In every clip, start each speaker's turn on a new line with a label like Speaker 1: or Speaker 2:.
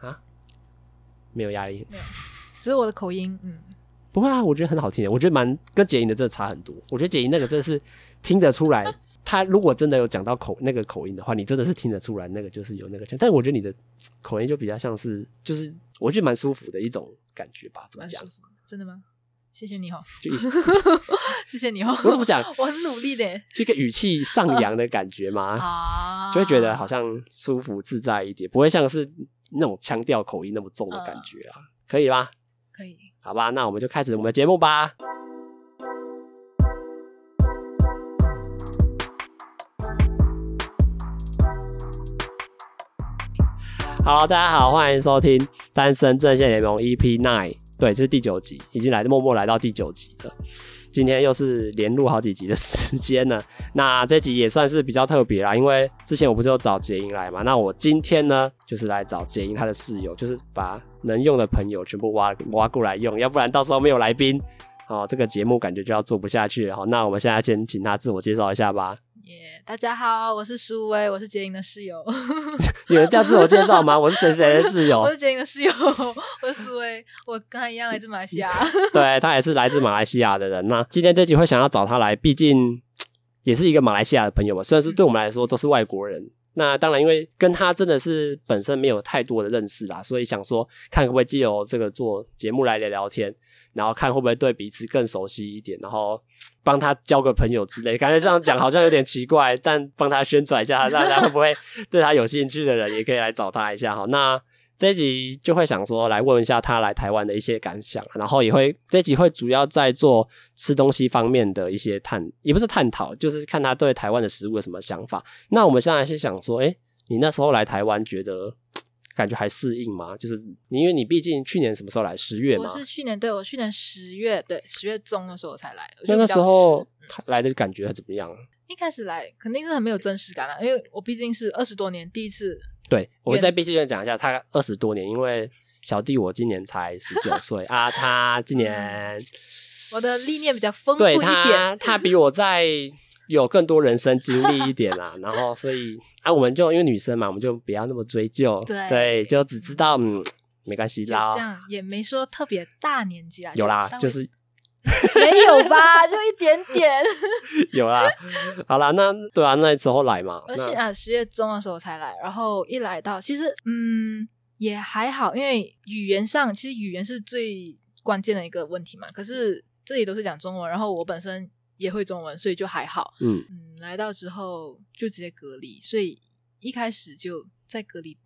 Speaker 1: 啊，没有压力，
Speaker 2: 只是我的口音，嗯，
Speaker 1: 不会啊，我觉得很好听的，我觉得蛮跟杰莹的这差很多。我觉得杰莹那个真的是听得出来， 他如果真的有讲到口那个口音的话，你真的是听得出来那个就是有那个腔。但我觉得你的口音就比较像是，就是我觉得蛮舒服的一种感觉吧。怎么
Speaker 2: 蛮
Speaker 1: 讲
Speaker 2: 舒？服的，真的吗？谢谢你哦，
Speaker 1: 就一
Speaker 2: 谢谢你哦。
Speaker 1: 我怎么讲？
Speaker 2: 我很努 力的
Speaker 1: 这个语气上扬的感觉 嘛，
Speaker 2: 啊，
Speaker 1: 就会觉得好像舒服自在一点，不会像是那种腔调口音那么重的感觉啊，可以吧？
Speaker 2: 可以。
Speaker 1: 好吧，那我们就开始我们的节目吧。好，大家好，欢迎收听《单身阵线联盟》EP Nine，对，这是第九集，已经来默默来到第九集了。今天又是连录好几集的时间了，那这集也算是比较特别啦，因为之前我不是有找杰英来嘛，那我今天呢就是来找杰英他的室友，就是把能用的朋友全部挖挖过来用，要不然到时候没有来宾，哦，这个节目感觉就要做不下去了。哦好，那我们现在先请他自我介绍一下吧。
Speaker 2: 耶大家好，我是舒薇，我是杰莹的室友，
Speaker 1: 有人这样自我介绍吗？ 我是谁谁的室友
Speaker 2: 我，是杰莹的室友，我是苏薇，我跟她一样来自马来西亚。
Speaker 1: 对他也是来自马来西亚的人。那今天这集会想要找他来，毕竟也是一个马来西亚的朋友嘛，虽然是对我们来说都是外国人。那当然，因为跟他真的是本身没有太多的认识啦，所以想说看可不可以借由这个做节目来聊聊天，然后看会不会对彼此更熟悉一点，然后帮他交个朋友之类。感觉这样讲好像有点奇怪，但帮他宣传一下，让大家会 不会对他有兴趣的人也可以来找他一下哈。那这一集就会想说来问一下他来台湾的一些感想，啊然后也会这一集会主要在做吃东西方面的一些探，也不是探讨，就是看他对台湾的食物有什么想法。那我们现在是想说，诶，你那时候来台湾，觉得感觉还适应吗？就是你因为你毕竟去年什么时候来？十月
Speaker 2: 我
Speaker 1: 嘛，
Speaker 2: 是去年，对我去年十月，对十月中的时候我才来，我就
Speaker 1: 那个
Speaker 2: 比较
Speaker 1: 时候
Speaker 2: 迟嗯
Speaker 1: 他来的感觉怎么样？
Speaker 2: 一开始来肯定是很没有真实感啊啦，因为我毕竟是二十多年第一次，
Speaker 1: 对，我们
Speaker 2: 原
Speaker 1: 在必须要讲一下，他二十多年，因为小弟我今年才十九 岁啊，他今年
Speaker 2: 我的历练比较嗯丰富
Speaker 1: 对
Speaker 2: 一点，
Speaker 1: 他，他比我在有更多人生经历一点啦、 然后，所以啊，我们就因为女生嘛，我们就不要那么追究，
Speaker 2: 对
Speaker 1: 就只知道嗯，没关系
Speaker 2: 就
Speaker 1: 啦
Speaker 2: 这，样也没说特别大年纪啦，
Speaker 1: 有啦
Speaker 2: 稍，微
Speaker 1: 就是
Speaker 2: 没有 吧，就一点点。
Speaker 1: 有啦， 好啦，那对啊，那时候来嘛，
Speaker 2: 我去
Speaker 1: 那
Speaker 2: 啊十月中的时候才来，然后一来到，其实嗯也还好，因为语言上其实语言是最关键的一个问题嘛。可是这里都是讲中文，然后我本身也会中文，所以就还好。
Speaker 1: 嗯，
Speaker 2: 嗯，来到之后就直接隔离，所以一开始就在隔离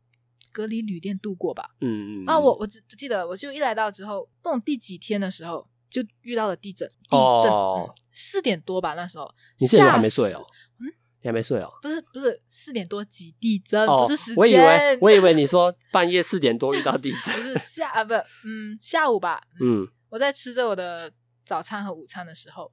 Speaker 2: 隔离旅店度过吧。
Speaker 1: 嗯嗯
Speaker 2: 啊，我我只记得，我就一来到之后，不懂第几天的时候就遇到了地震，地震嗯
Speaker 1: 哦
Speaker 2: 四、4点多吧，那时候
Speaker 1: 你是有还没
Speaker 2: 吓死
Speaker 1: 睡哦？你还没睡哦？
Speaker 2: 不是不是四点多几地震，
Speaker 1: 哦
Speaker 2: 不是时间，
Speaker 1: 我以为我以为你说半夜四点多遇到地
Speaker 2: 不
Speaker 1: 震，
Speaker 2: 是下啊不嗯下午吧，嗯，
Speaker 1: 嗯。
Speaker 2: 我在吃着我的早餐和午餐的时候，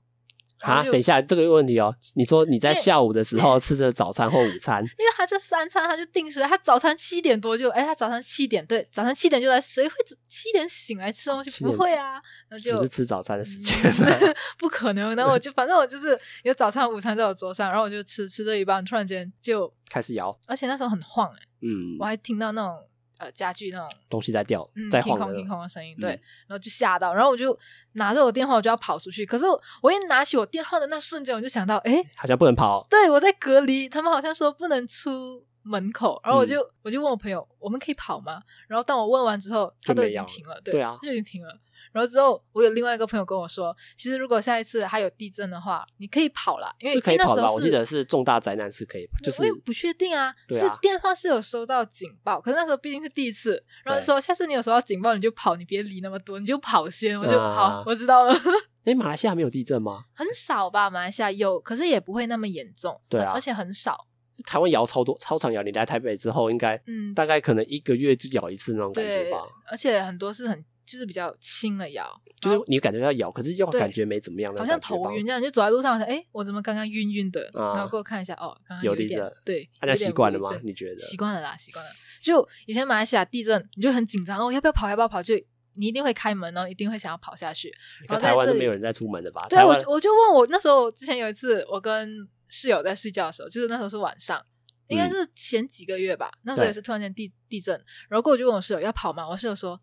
Speaker 2: 然
Speaker 1: 啊，
Speaker 2: 后就
Speaker 1: 等一下，这个有问题哦。你说你在
Speaker 2: 因为
Speaker 1: 下午的时候吃着早餐或午餐，
Speaker 2: 因为他就三餐，他就定时，他早餐七点多就，哎，他早上七点对，早上七点就来，谁会七点醒来吃东西？
Speaker 1: 哦七点
Speaker 2: 不会啊，那 就
Speaker 1: 不是吃早餐的时间吗？
Speaker 2: 嗯不可能。然后我就反正我就是有早餐、午餐在我桌上，然后我就吃吃这一半，突然间就，
Speaker 1: 开始摇，
Speaker 2: 而且那时候很晃哎、
Speaker 1: 嗯
Speaker 2: 我，还听到那种呃家具那种
Speaker 1: 东西在掉
Speaker 2: 嗯，
Speaker 1: 在
Speaker 2: 听
Speaker 1: 晃
Speaker 2: 空
Speaker 1: 的
Speaker 2: 听，空的声音，对，
Speaker 1: 嗯
Speaker 2: 然后就吓到，然后我就拿着我电话，我就要跑出去，可是我我一拿起我电话的那瞬间，我就想到，诶，
Speaker 1: 好像不能跑。
Speaker 2: 对我在隔离，他们好像说不能出。门口，然后我
Speaker 1: 嗯
Speaker 2: 就、我就问我朋友，我们可以跑吗？然后当我问完之后，他
Speaker 1: 就
Speaker 2: 都
Speaker 1: 没
Speaker 2: 已经
Speaker 1: 有
Speaker 2: 停了，对，
Speaker 1: 对啊
Speaker 2: 他就已经停了。然后之后，我有另外一个朋友跟我说，其实如果下一次还有地震的话，你可以跑啦，因为
Speaker 1: 是可以
Speaker 2: 因为
Speaker 1: 跑的
Speaker 2: 那
Speaker 1: 吧？
Speaker 2: 时候
Speaker 1: 我
Speaker 2: 是
Speaker 1: 记得是重大灾难是可以，就是
Speaker 2: 我也不确定啊，
Speaker 1: 对
Speaker 2: 是
Speaker 1: 啊
Speaker 2: 电话是有收到警报，可是那时候毕竟是第一次，然后就说下次你有收到警报你就跑，你别理那么多，你就跑先。我就、
Speaker 1: 啊
Speaker 2: 好，我知道了，
Speaker 1: 哎，马来西亚没有地震吗？
Speaker 2: 很少吧，马来西亚有，可是也不会那么严重，
Speaker 1: 对啊
Speaker 2: 而且很少，
Speaker 1: 台湾摇超多，超常摇。你来台北之后，应该
Speaker 2: 嗯，
Speaker 1: 大概可能一个月就摇一次那种感觉
Speaker 2: 对
Speaker 1: 吧。，
Speaker 2: 而且很多是很就是比较轻的摇，
Speaker 1: 就是你感觉到摇，可是又
Speaker 2: 对
Speaker 1: 感觉没怎么样的
Speaker 2: 好
Speaker 1: 感觉吧，
Speaker 2: 像头晕这样，就走在路上，我想哎，我怎么刚刚晕晕的？
Speaker 1: 啊
Speaker 2: 然后给我看一下，哦，刚刚
Speaker 1: 有
Speaker 2: 一
Speaker 1: 地
Speaker 2: 点
Speaker 1: 震
Speaker 2: 对，
Speaker 1: 大家
Speaker 2: 有点
Speaker 1: 习惯了
Speaker 2: 微
Speaker 1: 吗
Speaker 2: 震？
Speaker 1: 你觉得？
Speaker 2: 习惯了啦，习惯了。就以前马来西亚地震，你就很紧张哦，要不要跑？要不要跑？就你一定会开门，然后一定会想要跑下去。
Speaker 1: 你看
Speaker 2: 然后在
Speaker 1: 台湾
Speaker 2: 这
Speaker 1: 都
Speaker 2: 里
Speaker 1: 没有人在出门的吧？
Speaker 2: 对
Speaker 1: 台
Speaker 2: 我
Speaker 1: 湾，
Speaker 2: 我就问我那时候，我之前有一次我跟室友在睡觉的时候，就是那时候是晚上，应该是前几个月吧，那时候也是突然间地地震，然后过后我就问我室友要跑吗？我室友说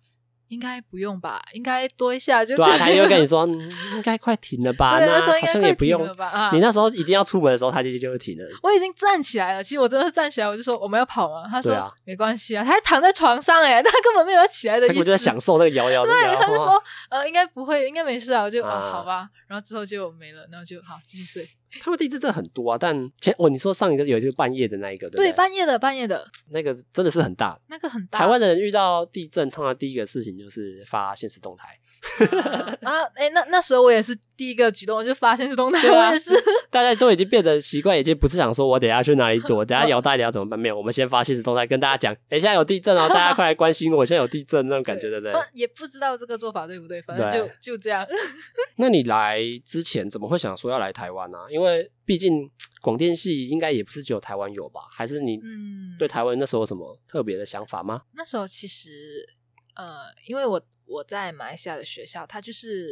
Speaker 2: 应该不用吧，应该多一下就
Speaker 1: 对啊，他
Speaker 2: 可以
Speaker 1: 就会跟你
Speaker 2: 了
Speaker 1: 说，嗯应该快停了吧？
Speaker 2: 对，
Speaker 1: 那
Speaker 2: 他说应
Speaker 1: 好
Speaker 2: 该
Speaker 1: 像
Speaker 2: 快
Speaker 1: 也不
Speaker 2: 停
Speaker 1: 用。
Speaker 2: 了吧？啊
Speaker 1: 你，那时候一定要出门的时候，他就就会停了。
Speaker 2: 我已经站起来了，其实我真的是站起来，我就说我们要跑吗？他说、
Speaker 1: 对啊
Speaker 2: 没关系啊，他还躺在床上哎、他根本没有要起来的
Speaker 1: 他
Speaker 2: 意
Speaker 1: 我
Speaker 2: 思。
Speaker 1: 就在享受那个摇摇的，
Speaker 2: 对，他就
Speaker 1: 哇
Speaker 2: 说呃应该不会，应该没事啊，我就、哦
Speaker 1: 啊
Speaker 2: 好吧，然后之后就没了，然后就好继续睡。
Speaker 1: 他们地震真的很多啊。但前哦，你说上一个有一个半夜的那一个，对不
Speaker 2: 对，
Speaker 1: 对？
Speaker 2: 半夜的半夜的
Speaker 1: 那个真的是很大。
Speaker 2: 那个很大。啊
Speaker 1: 台湾的人遇到地震，通常第一个事情就是发现实动态，
Speaker 2: 啊，哎、那那时候我也是第一个举动，我就发现是动态，
Speaker 1: 对啊
Speaker 2: 我也是。
Speaker 1: 大家都已经变得习惯，已经不是想说我等一下去哪里躲，等一下摇大一点要怎么办？没有，我们先发现实动态跟大家讲，等一下有地震哦，大家快来关心我，现在有地震那种感觉，对不对？
Speaker 2: 反也不知道这个做法对不对，反正就
Speaker 1: 对
Speaker 2: 就这样。
Speaker 1: 那你来之前怎么会想说要来台湾呢、因为毕竟广电系应该也不是只有台湾有吧？还是你
Speaker 2: 嗯，
Speaker 1: 对台湾那时候有什么特别的想法吗？
Speaker 2: 那时候其实呃，因为我我在马来西亚的学校，它就是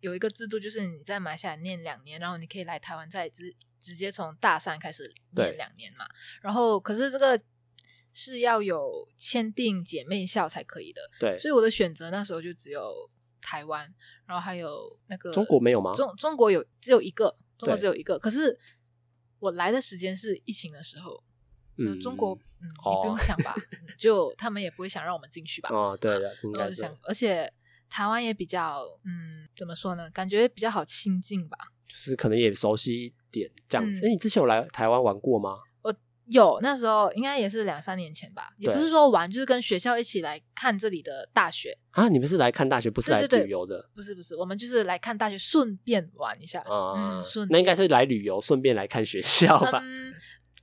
Speaker 2: 有一个制度，就是你在马来西亚念两年，然后你可以来台湾再直直接从大三开始念
Speaker 1: 对
Speaker 2: 两年嘛。然后可是这个是要有签订姐妹校才可以的，
Speaker 1: 对，
Speaker 2: 所以我的选择那时候就只有台湾，然后还有那个
Speaker 1: 中国没有吗？
Speaker 2: 中中国有只有一个，中国
Speaker 1: 对
Speaker 2: 只有一个。可是我来的时间是疫情的时候，嗯，中国嗯，你
Speaker 1: 哦
Speaker 2: 不用想吧，嗯就他们也不会想让我们进去吧。
Speaker 1: 哦，对的，应
Speaker 2: 然后
Speaker 1: 该
Speaker 2: 嗯我就是想，而且台湾也比较嗯，怎么说呢？感觉比较好亲近吧。
Speaker 1: 就是可能也熟悉一点这样子。
Speaker 2: 嗯
Speaker 1: 哎、你之前有来台湾玩过吗？
Speaker 2: 有那时候应该也是两三年前吧，也不
Speaker 1: 对
Speaker 2: 是说玩，就是跟学校一起来看这里的大学。
Speaker 1: 啊，你们是来看大学，不是来
Speaker 2: 对对对
Speaker 1: 旅游的
Speaker 2: 不是不是，我们就是来看大学，顺便玩一下。
Speaker 1: 啊、
Speaker 2: 嗯，顺
Speaker 1: 那
Speaker 2: 便
Speaker 1: 应该是来旅游，顺便来看学校吧。
Speaker 2: 嗯，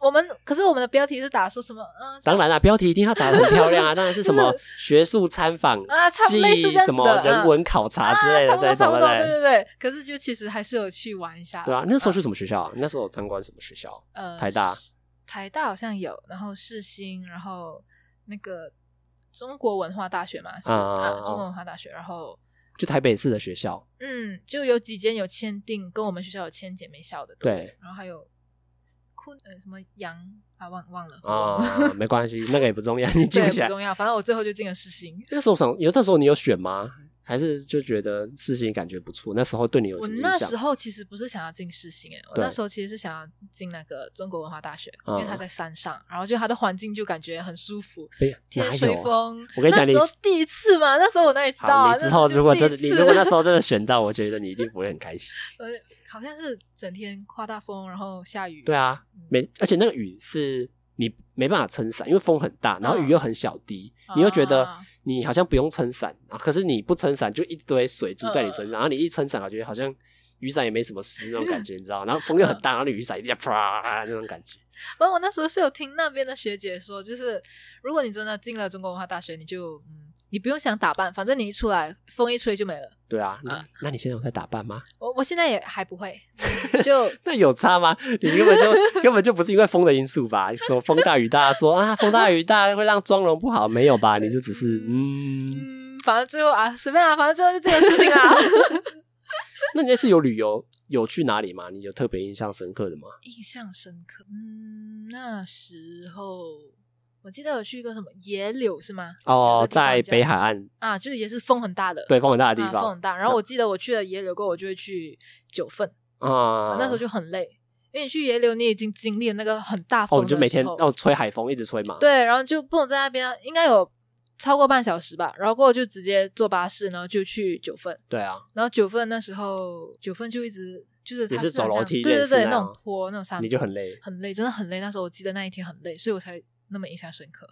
Speaker 2: 我们可是我们的标题是打说什么？嗯、
Speaker 1: 当然啦，标题一定要打得很漂 亮啊！当然是什么学术参访
Speaker 2: 啊差不多类似
Speaker 1: 记
Speaker 2: 这样子
Speaker 1: 什么
Speaker 2: 的
Speaker 1: 人
Speaker 2: 嗯
Speaker 1: 文考察之类的
Speaker 2: 啊、差不
Speaker 1: 那
Speaker 2: 多差
Speaker 1: 种，
Speaker 2: 不
Speaker 1: 对
Speaker 2: 多，
Speaker 1: 不
Speaker 2: 对对对。可是就其实还是有去玩一下，
Speaker 1: 对啊，那时候去什么学校啊？那时候参观什么学校？
Speaker 2: 呃，
Speaker 1: 台大
Speaker 2: 是台大好像有，然后世新，然后那个中国文化大学嘛，是
Speaker 1: 啊
Speaker 2: 啊，
Speaker 1: 啊
Speaker 2: 中国文化大学，然后
Speaker 1: 就台北市的学校。
Speaker 2: 嗯，就有几间有签订跟我们学校有签姐妹校的，不
Speaker 1: 对
Speaker 2: 然后还有昆呃什么杨啊，忘忘了，
Speaker 1: 啊， 没关系，那个也不重要，你记
Speaker 2: 对
Speaker 1: 不起
Speaker 2: 不
Speaker 1: 来。
Speaker 2: 重要，反正我最后就进了世新。
Speaker 1: 那时候想，有那时候你有选吗？还是就觉得事情感觉不错？那时候对你有
Speaker 2: 我
Speaker 1: 什么
Speaker 2: 那
Speaker 1: 印
Speaker 2: 时
Speaker 1: 象？
Speaker 2: 候其实不是想要进世新诶，欸我
Speaker 1: 对
Speaker 2: 那时候其实是想要进那个中国文化大学，因
Speaker 1: 嗯
Speaker 2: 为它在山上，然后就它的环境就感觉很舒服，
Speaker 1: 哎呀
Speaker 2: 天
Speaker 1: 哪
Speaker 2: 随
Speaker 1: 有啊
Speaker 2: 风。
Speaker 1: 我跟你讲
Speaker 2: 那时候第一次嘛，那时候我哪里知道
Speaker 1: 好，
Speaker 2: 啊？
Speaker 1: 你之后
Speaker 2: 那时候就
Speaker 1: 如果真的，
Speaker 2: 第
Speaker 1: 你
Speaker 2: 一次
Speaker 1: 如果那时候真的选到，我觉得你一定不会很开心。
Speaker 2: 呃 好像是整天刮大风，然后下雨，
Speaker 1: 对啊
Speaker 2: 嗯，
Speaker 1: 没，而且那个雨是你没办法撑伞，因为风很大，然后
Speaker 2: 嗯
Speaker 1: 雨又很小滴，你又觉得
Speaker 2: 啊
Speaker 1: 你好像不用撑伞，啊可是你不撑伞就一堆水柱在你身
Speaker 2: 嗯
Speaker 1: 上，然后你一撑伞，感觉好像雨伞也没什么湿那种感觉，你知道吗？然后风又很大，然后你雨伞一下啪那种感觉。
Speaker 2: 反正我那时候是有听那边的学姐说，就是如果你真的进了中国文化大学，你就嗯，你不用想打扮，反正你一出来，风一吹就没了。
Speaker 1: 对啊，
Speaker 2: 嗯
Speaker 1: 那那你现在有在打扮吗？
Speaker 2: 我我现在也还 不会，就
Speaker 1: 那有差吗？你根本就根本就不是因为风的因素吧？什么风大雨大，说啊风大雨大会让妆容不好，没有吧？你就只是嗯，
Speaker 2: 嗯，反正最后啊，随便啊，反正最后就这件事情啊。
Speaker 1: 那你那次有旅游有去哪里吗？你有特别印象深刻的吗？
Speaker 2: 印象深刻，嗯，那时候我记得有去一个什么野柳是吗？
Speaker 1: 哦
Speaker 2: 有个，地方
Speaker 1: 在
Speaker 2: 叫
Speaker 1: 北海岸，
Speaker 2: 啊，就是也是风很大的，
Speaker 1: 对风很大的
Speaker 2: 啊，
Speaker 1: 地
Speaker 2: 风
Speaker 1: 方
Speaker 2: 很大。然后我记得我去了野柳过后，我就会去九份，
Speaker 1: 啊，
Speaker 2: 那时候就很累，因为你去野柳，你已经经历了那个很大风
Speaker 1: 哦，
Speaker 2: 的
Speaker 1: 你
Speaker 2: 时
Speaker 1: 就
Speaker 2: 候，
Speaker 1: 每天哦吹海风一直吹嘛，
Speaker 2: 对，然后就不能在那边，应该有超过半小时吧。然后过后就直接坐巴士，然后就去九份。
Speaker 1: 对啊，
Speaker 2: 然后九份那时候，九份就一直就是它
Speaker 1: 也是走
Speaker 2: 好像
Speaker 1: 楼梯
Speaker 2: 对
Speaker 1: 类
Speaker 2: 对
Speaker 1: 似
Speaker 2: 对，啊
Speaker 1: 那
Speaker 2: 那
Speaker 1: 样
Speaker 2: 种坡那种山坡，
Speaker 1: 你就很累。
Speaker 2: 很累，真的很累。那时候我记得那一天很累，所以我才那么印象深刻，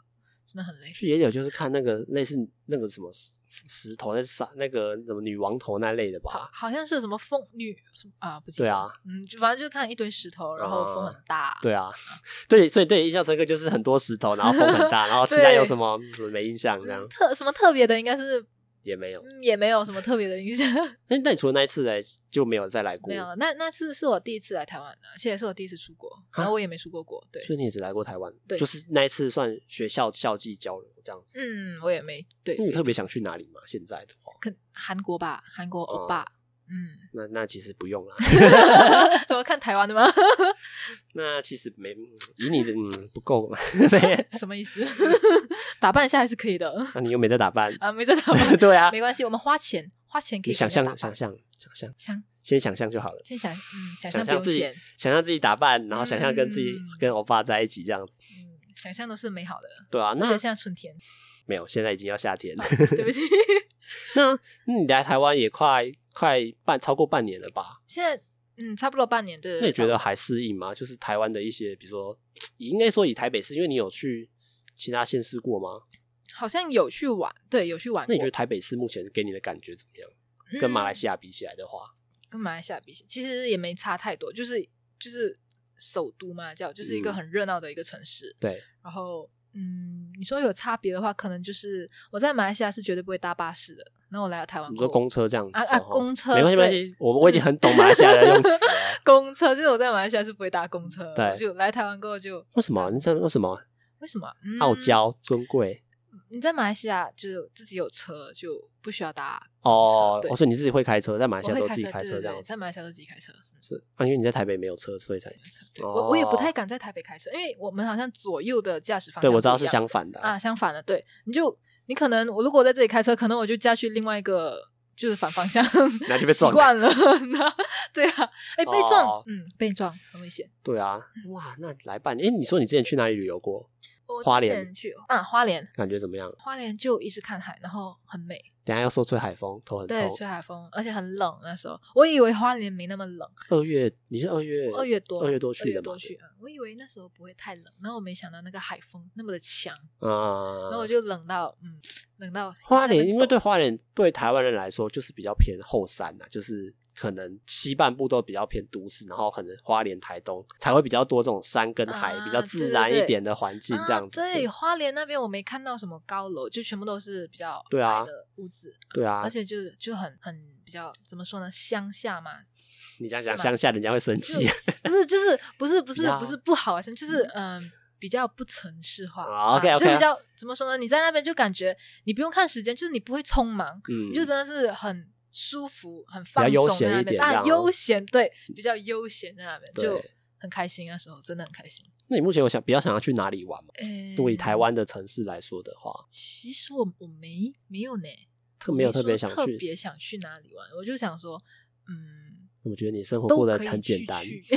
Speaker 2: 真的很 累。
Speaker 1: 去野柳就是看那个类似那个什么石石头，那啥那个什么女王头那类的
Speaker 2: 好
Speaker 1: 吧，？
Speaker 2: 好像是什么风女什么啊，不记得。
Speaker 1: 对啊，
Speaker 2: 嗯，就反正就看一堆石头，然后风很大。
Speaker 1: 对啊， 对，所以对你印象深刻就是很多石头，然后风很大，然后其他
Speaker 2: 对
Speaker 1: 有什么嗯没印象
Speaker 2: 嗯，
Speaker 1: 这样
Speaker 2: 特什么特别的，应该是、
Speaker 1: 也没有。
Speaker 2: 嗯、也没有什么特别的印 象，
Speaker 1: 那那你除了那一次嘞，就没有再来过
Speaker 2: 没，有了。那那次是我第一次来台湾的，而且也是我第一次出国，然后我也没出过国，对，
Speaker 1: 啊所以你也只来过台湾，
Speaker 2: 对
Speaker 1: 就是那一次算学校校际交流这样子。
Speaker 2: 嗯，我也没对
Speaker 1: 那，你特别想去哪里吗？现在的话，哦
Speaker 2: 可韩国吧，韩国欧巴，嗯，
Speaker 1: 那那其实不用啦。
Speaker 2: 怎么看台湾的吗？
Speaker 1: 那其实没以你的、嗯、不够嘛，没，
Speaker 2: 什么意思？ 打扮一下还是可以的
Speaker 1: 那你又没在打扮，
Speaker 2: 啊， 没在打 扮，
Speaker 1: 对啊，
Speaker 2: 没关系，我们花钱，花钱可
Speaker 1: 你
Speaker 2: 以
Speaker 1: 想
Speaker 2: 给
Speaker 1: 象
Speaker 2: 人家打
Speaker 1: 想
Speaker 2: 扮。
Speaker 1: 象想象，
Speaker 2: 想
Speaker 1: 先想象就好了。
Speaker 2: 先想，嗯，想
Speaker 1: 想
Speaker 2: 象不
Speaker 1: 象
Speaker 2: 用
Speaker 1: 自己
Speaker 2: 钱，，
Speaker 1: 想象自己打扮，然后想象跟自己、
Speaker 2: 嗯
Speaker 1: 跟欧巴在一起这样子，
Speaker 2: 嗯，想象都是美好的。
Speaker 1: 对啊，
Speaker 2: 而
Speaker 1: 那
Speaker 2: 且现在 春天，
Speaker 1: 没有，现在已经要夏天了。
Speaker 2: 对不起，
Speaker 1: 那你来台湾也快快半超过半年了吧？
Speaker 2: 现在嗯，差不多半年，对对
Speaker 1: 那
Speaker 2: 对。
Speaker 1: 你觉得还适应吗？就是台湾的一些，比如说，应该说以台北市，因为你有去其他县市过吗？
Speaker 2: 好像有去玩，对，有去玩
Speaker 1: 那
Speaker 2: 过。
Speaker 1: 你觉得台北市目前给你的感觉怎么样？跟马来
Speaker 2: 西
Speaker 1: 西亚比起来的话，
Speaker 2: 跟马来西亚比起，其实也没差太多，就是就是首都嘛，叫就是一个
Speaker 1: 嗯
Speaker 2: 很热闹的一个城市。
Speaker 1: 对，
Speaker 2: 然后，嗯，你说有差别的话，可能就是我在马来西亚是绝对不会搭巴士的，那我来到台湾
Speaker 1: 你
Speaker 2: 过
Speaker 1: 说
Speaker 2: 后，
Speaker 1: 公车这样子
Speaker 2: 啊啊
Speaker 1: 哦
Speaker 2: 公车嗯
Speaker 1: 没关系，没关系，我我已经很懂马来西亚的用词了。
Speaker 2: 公车，就是我在马来西亚是不会搭公车，
Speaker 1: 对
Speaker 2: 我就来台湾过后就
Speaker 1: 为什么？你这为什么？
Speaker 2: 为什么啊、嗯、
Speaker 1: 傲？娇尊贵
Speaker 2: 你在马来西亚就是自己有车，就不需要搭
Speaker 1: 哦，
Speaker 2: 对
Speaker 1: 我说你自己会开车，在马来西
Speaker 2: 我
Speaker 1: 亚
Speaker 2: 会
Speaker 1: 都
Speaker 2: 开
Speaker 1: 自己开
Speaker 2: 对
Speaker 1: 车
Speaker 2: 对
Speaker 1: 这样
Speaker 2: 对，
Speaker 1: 子
Speaker 2: 在。马来西亚都自己开车。
Speaker 1: 是啊，因为你在台北没有车，所以才
Speaker 2: 对我我也不
Speaker 1: 哦
Speaker 2: 太敢在台北开车，因为我们好像左右的驾驶方向
Speaker 1: 对我
Speaker 2: 不
Speaker 1: 知道
Speaker 2: 一
Speaker 1: 是
Speaker 2: 样
Speaker 1: 相反的啊
Speaker 2: 啊，相反的，对，你就你可能我如果在这里开车，可能我就驾去另外一个就是反方向，
Speaker 1: 那就被
Speaker 2: 习
Speaker 1: 撞
Speaker 2: 惯了，那对啊，哎，被撞，
Speaker 1: 哦
Speaker 2: 嗯，被撞很危险。
Speaker 1: 对 啊，哇，那来办，哎，你说你之前去哪里旅游过？
Speaker 2: 我
Speaker 1: 花
Speaker 2: 之
Speaker 1: 莲
Speaker 2: 前去啊，花莲，
Speaker 1: 感觉怎么样？
Speaker 2: 花莲就一直看海，然后很美，
Speaker 1: 等一下要说吹海风，头很
Speaker 2: 对，
Speaker 1: 痛。
Speaker 2: 吹海风，而且很冷。那时候我以为花莲没那么冷，
Speaker 1: 二月，你是二月？
Speaker 2: 二月多，
Speaker 1: 二月多去的嘛
Speaker 2: 多？去，嗯我以为那时候不会太冷，然后我没想到那个海风那么的强，然后
Speaker 1: 啊
Speaker 2: 我，就冷到，嗯，冷到
Speaker 1: 花莲，因为
Speaker 2: 对
Speaker 1: 对花莲对台湾人来说就是比较偏后山呐、就是可能西半部都比较偏都市，然后可能花莲、台东才会比较多这种山跟海、
Speaker 2: 啊
Speaker 1: 比较自然
Speaker 2: 对对对
Speaker 1: 一点的环境这样子。
Speaker 2: 啊、对，花莲那边我没看到什么高楼，就全部都是比较
Speaker 1: 对啊
Speaker 2: 矮的屋子，
Speaker 1: 对啊
Speaker 2: 而，且就就很很比较怎么说呢，乡下嘛，
Speaker 1: 你这样讲
Speaker 2: 是吧
Speaker 1: 乡下人家会生气
Speaker 2: 不是就是不是不
Speaker 1: 比
Speaker 2: 是
Speaker 1: 较
Speaker 2: 不是不好啊，就是嗯。比较不城市化、
Speaker 1: 啊，OK，OK
Speaker 2: 就比较怎么说呢？你在那边就感觉你不用看时间，就是你不会匆忙，
Speaker 1: 嗯
Speaker 2: 你，就真的是很舒服、很放
Speaker 1: 比较悠
Speaker 2: 松在
Speaker 1: 闲
Speaker 2: 那
Speaker 1: 一
Speaker 2: 边
Speaker 1: 点这
Speaker 2: 啊，
Speaker 1: 样
Speaker 2: 悠闲对，比较悠闲在那边
Speaker 1: 对
Speaker 2: 就很开心。啊那时候真的很开心。
Speaker 1: 那你目前有想比较想要去哪里玩吗？
Speaker 2: 诶
Speaker 1: 对以台，湾的城市来说的话，
Speaker 2: 其实我我没没有呢，
Speaker 1: 特没有特别
Speaker 2: 说
Speaker 1: 想
Speaker 2: 特
Speaker 1: 去。
Speaker 2: 别想去哪里玩，我就想说，嗯，
Speaker 1: 我觉得你生活
Speaker 2: 都
Speaker 1: 过得
Speaker 2: 可以
Speaker 1: 很简
Speaker 2: 去
Speaker 1: 单，
Speaker 2: 去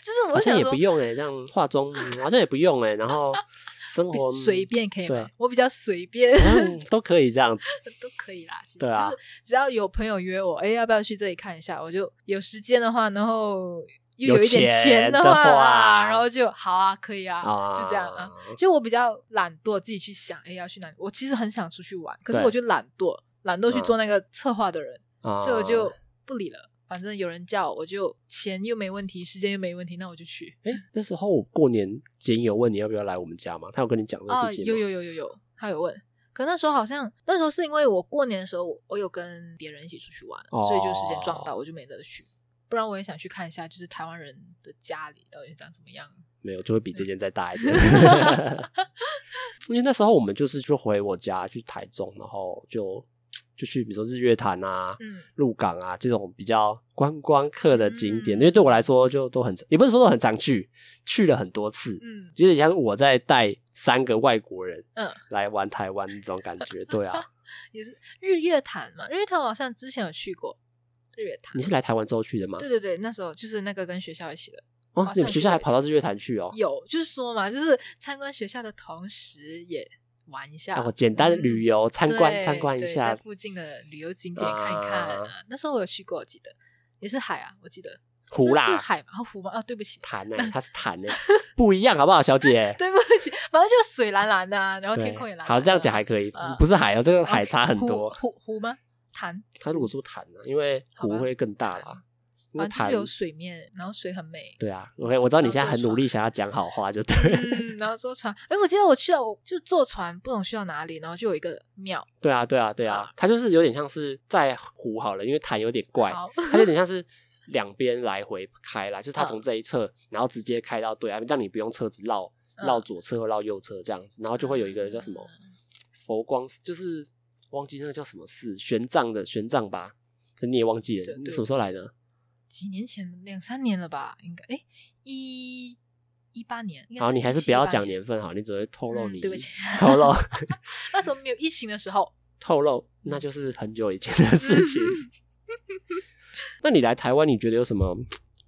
Speaker 2: 就是
Speaker 1: 好
Speaker 2: 我
Speaker 1: 像
Speaker 2: 想
Speaker 1: 也
Speaker 2: 说
Speaker 1: 不用哎、这样化妆嗯好像也不用哎、然后生
Speaker 2: 比
Speaker 1: 活
Speaker 2: 随，便可以吗
Speaker 1: 对？
Speaker 2: 我比较随便
Speaker 1: 好像都可以这样子。
Speaker 2: 都可以啦，其实
Speaker 1: 对啊
Speaker 2: 就是只要有朋友约我，哎，要不要去这里看一下？我就有时间的话，然后又
Speaker 1: 有
Speaker 2: 一点
Speaker 1: 钱
Speaker 2: 钱
Speaker 1: 的
Speaker 2: 话
Speaker 1: 话
Speaker 2: 啊，然后就好啊，可以啊，
Speaker 1: 啊，
Speaker 2: 就这样啊。。就我比较懒惰，自己去想，哎，要去哪里？我其实很想出去玩，可是
Speaker 1: 对
Speaker 2: 我就懒惰，懒惰去
Speaker 1: 嗯
Speaker 2: 做那个策划的人。
Speaker 1: 啊
Speaker 2: 所以我就不理了。反正有人叫我就钱又没问题，时间又没问题，那我就去。
Speaker 1: 哎、那时候我过年，杰英有问你要不要来我们家吗？他有跟你讲这
Speaker 2: 哦，
Speaker 1: 事情吗
Speaker 2: 有有有有有，他有问。可那时候好像那时候是因为我过年的时候我我有跟别人一起出去玩，
Speaker 1: 哦
Speaker 2: 所以就时间撞到，我就没得去。不然我也想去看一下，就是台湾人的家里到底长怎么样。
Speaker 1: 没有，就会比
Speaker 2: 嗯
Speaker 1: 这间再大一 点。 因为那时候我们就是就回我家去台中，然后就就去比如说日月潭啊，
Speaker 2: 嗯，
Speaker 1: 鹿港啊这种比较观光客的景点，
Speaker 2: 嗯
Speaker 1: 因为对我来说就都很，也不是说都很常去，去了很多次，
Speaker 2: 嗯，
Speaker 1: 有点像我在带三个外国人，
Speaker 2: 嗯，
Speaker 1: 来玩台湾这种感觉。对 啊，
Speaker 2: 也是日月潭嘛，日月潭我好像之前有去过。日月潭
Speaker 1: 你，是来台湾之后去的吗？
Speaker 2: 对对对，那时候就是那个跟学校一起的，
Speaker 1: 哦
Speaker 2: 好，
Speaker 1: 你
Speaker 2: 像
Speaker 1: 们学校还跑到日月潭去哦。
Speaker 2: 有就是说嘛，就是参观学校的同时也玩一下。
Speaker 1: 哦，简单的
Speaker 2: 嗯
Speaker 1: 旅游参观
Speaker 2: 对
Speaker 1: 参观一
Speaker 2: 对
Speaker 1: 下
Speaker 2: 在，附近的旅游景点看一看、
Speaker 1: 啊
Speaker 2: 那时候我有去过，我记得也是海啊，我记得
Speaker 1: 湖
Speaker 2: 是是
Speaker 1: 啦
Speaker 2: 海嘛，哦湖嘛，哦对不起，
Speaker 1: 潭呢，欸它是潭呢，不一样好不好，小姐？
Speaker 2: 对不起，反正就水蓝蓝的、啊，然后
Speaker 1: 对
Speaker 2: 天空也蓝蓝的啊、
Speaker 1: 好，这样讲还可以
Speaker 2: 啊，
Speaker 1: 不是海哦，这个
Speaker 2: 哦
Speaker 1: 海差很多。
Speaker 2: 湖湖湖吗？潭，
Speaker 1: 它如果说潭啊呢，因为
Speaker 2: 好吧
Speaker 1: 湖会更大啦，因为
Speaker 2: 反正就是
Speaker 1: 潭
Speaker 2: 有水面，然后水很美。
Speaker 1: 对啊，OK，我知道你
Speaker 2: 然后
Speaker 1: 现在
Speaker 2: 坐
Speaker 1: 很努
Speaker 2: 船
Speaker 1: 力想要讲好话，就对。
Speaker 2: 嗯，然后坐船，哎，我记得我去到，我就坐船，不懂去到哪里，然后就有一个庙，
Speaker 1: 对啊，对啊，对啊
Speaker 2: 啊，
Speaker 1: 它就是有点像是在湖好了，因为潭有点怪，
Speaker 2: 好
Speaker 1: 它有点像是两边来回开啦，就是它
Speaker 2: 嗯
Speaker 1: 从这一侧，然后直接开到对岸，让你不用车子绕
Speaker 2: 嗯
Speaker 1: 绕左侧或绕右侧这样子，然后就会有一个叫什么佛光，就是忘记那个叫什么寺，玄奘的玄奘吧，可你也忘记了，
Speaker 2: 对
Speaker 1: 你
Speaker 2: 对
Speaker 1: 什么时候来的？
Speaker 2: 几年前，两三年了吧，应该哎一一八年。应该
Speaker 1: 好，你还是不要讲
Speaker 2: 17-18
Speaker 1: 年份好，你只会透露
Speaker 2: 嗯
Speaker 1: 你
Speaker 2: 对不起，
Speaker 1: 透露
Speaker 2: 那时候没有疫情的时候，
Speaker 1: 透露，那
Speaker 2: 嗯
Speaker 1: 就是很久以前的事 情。那你来台湾，你觉得有什么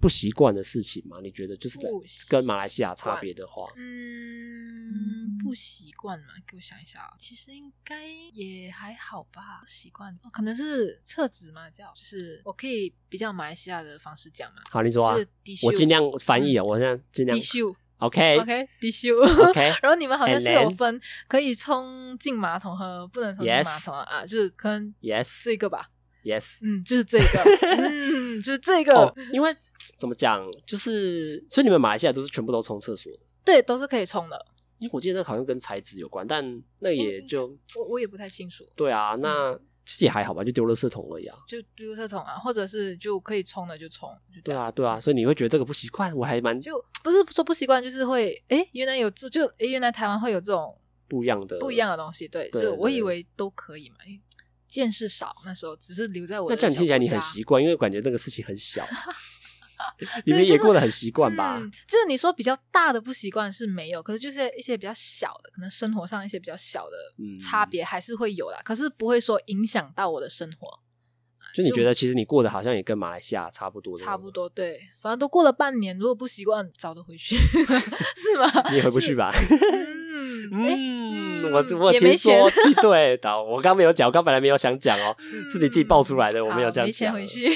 Speaker 1: 不习惯的事情吗？你觉得就是在
Speaker 2: 不习
Speaker 1: 跟马来西亚差别的话，
Speaker 2: 嗯，不习惯嘛，给我想一下啊，其实应该也还好吧，习惯、哦可能是厕纸嘛，叫就是我可以比较马来西亚的方式讲嘛，
Speaker 1: 好，你说啊
Speaker 2: 就是，低秀，
Speaker 1: 我尽量翻译啊，我现在尽量
Speaker 2: 低秀
Speaker 1: OK
Speaker 2: ，OK，低秀。
Speaker 1: OK，
Speaker 2: 然后你们好像是
Speaker 1: And
Speaker 2: 有
Speaker 1: then-
Speaker 2: 分可以冲进马桶和不能冲进
Speaker 1: Yes
Speaker 2: 马桶啊啊，就是可能
Speaker 1: Yes
Speaker 2: 这个吧，
Speaker 1: Yes
Speaker 2: 嗯，就是这 个，嗯，就是这个，
Speaker 1: 哦，因为怎么讲，就是所以你们马来西亚都是全部都冲厕所的，
Speaker 2: 对，都是可以冲的。
Speaker 1: 因为我记得那好像跟材质有关，但那
Speaker 2: 哦
Speaker 1: 也就
Speaker 2: 我我也不太清楚，
Speaker 1: 对啊，
Speaker 2: 嗯
Speaker 1: 那其实也还好吧，就丢垃圾桶而已啊。
Speaker 2: 就丢垃圾桶啊，或者是就可以冲的就冲，就这
Speaker 1: 对
Speaker 2: 样。
Speaker 1: 啊，对啊，所以你会觉得这个不习惯，我还蛮
Speaker 2: 就不是说不习惯，就是会诶，原来有这就诶，原来台湾会有这种
Speaker 1: 不一样的，
Speaker 2: 不一样的东西，对，
Speaker 1: 对
Speaker 2: 就我
Speaker 1: 对
Speaker 2: 以为都可以嘛，因为见识少，那时候只是留在我
Speaker 1: 那
Speaker 2: 的
Speaker 1: 这样你
Speaker 2: 小
Speaker 1: 听起来
Speaker 2: 国
Speaker 1: 你很
Speaker 2: 家
Speaker 1: 习惯，因为感觉那个事情很 小，你
Speaker 2: 对
Speaker 1: 们
Speaker 2: 就
Speaker 1: 也
Speaker 2: 是
Speaker 1: 过得很习惯吧？
Speaker 2: 嗯？就是你说比较大的不习惯是没有，可是就是一些比较小的，可能生活上一些比较小的
Speaker 1: 嗯
Speaker 2: 差别还是会有啦，可是不会说影响到我的生活，
Speaker 1: 就你觉得其实你过得好像也跟马来西亚差不多，
Speaker 2: 差不。多对，反正都过了半年，如果不习惯，早都回去 是吗？
Speaker 1: 你也回不去吧？
Speaker 2: 嗯，诶
Speaker 1: 嗯，
Speaker 2: 嗯
Speaker 1: 我我
Speaker 2: 也
Speaker 1: 听
Speaker 2: 没钱
Speaker 1: 说， 对的，我刚没有讲，我刚本来没有想讲哦，
Speaker 2: 嗯
Speaker 1: 是你自己爆出来的，我
Speaker 2: 好
Speaker 1: 没有这样
Speaker 2: 没钱
Speaker 1: 讲，
Speaker 2: 回去。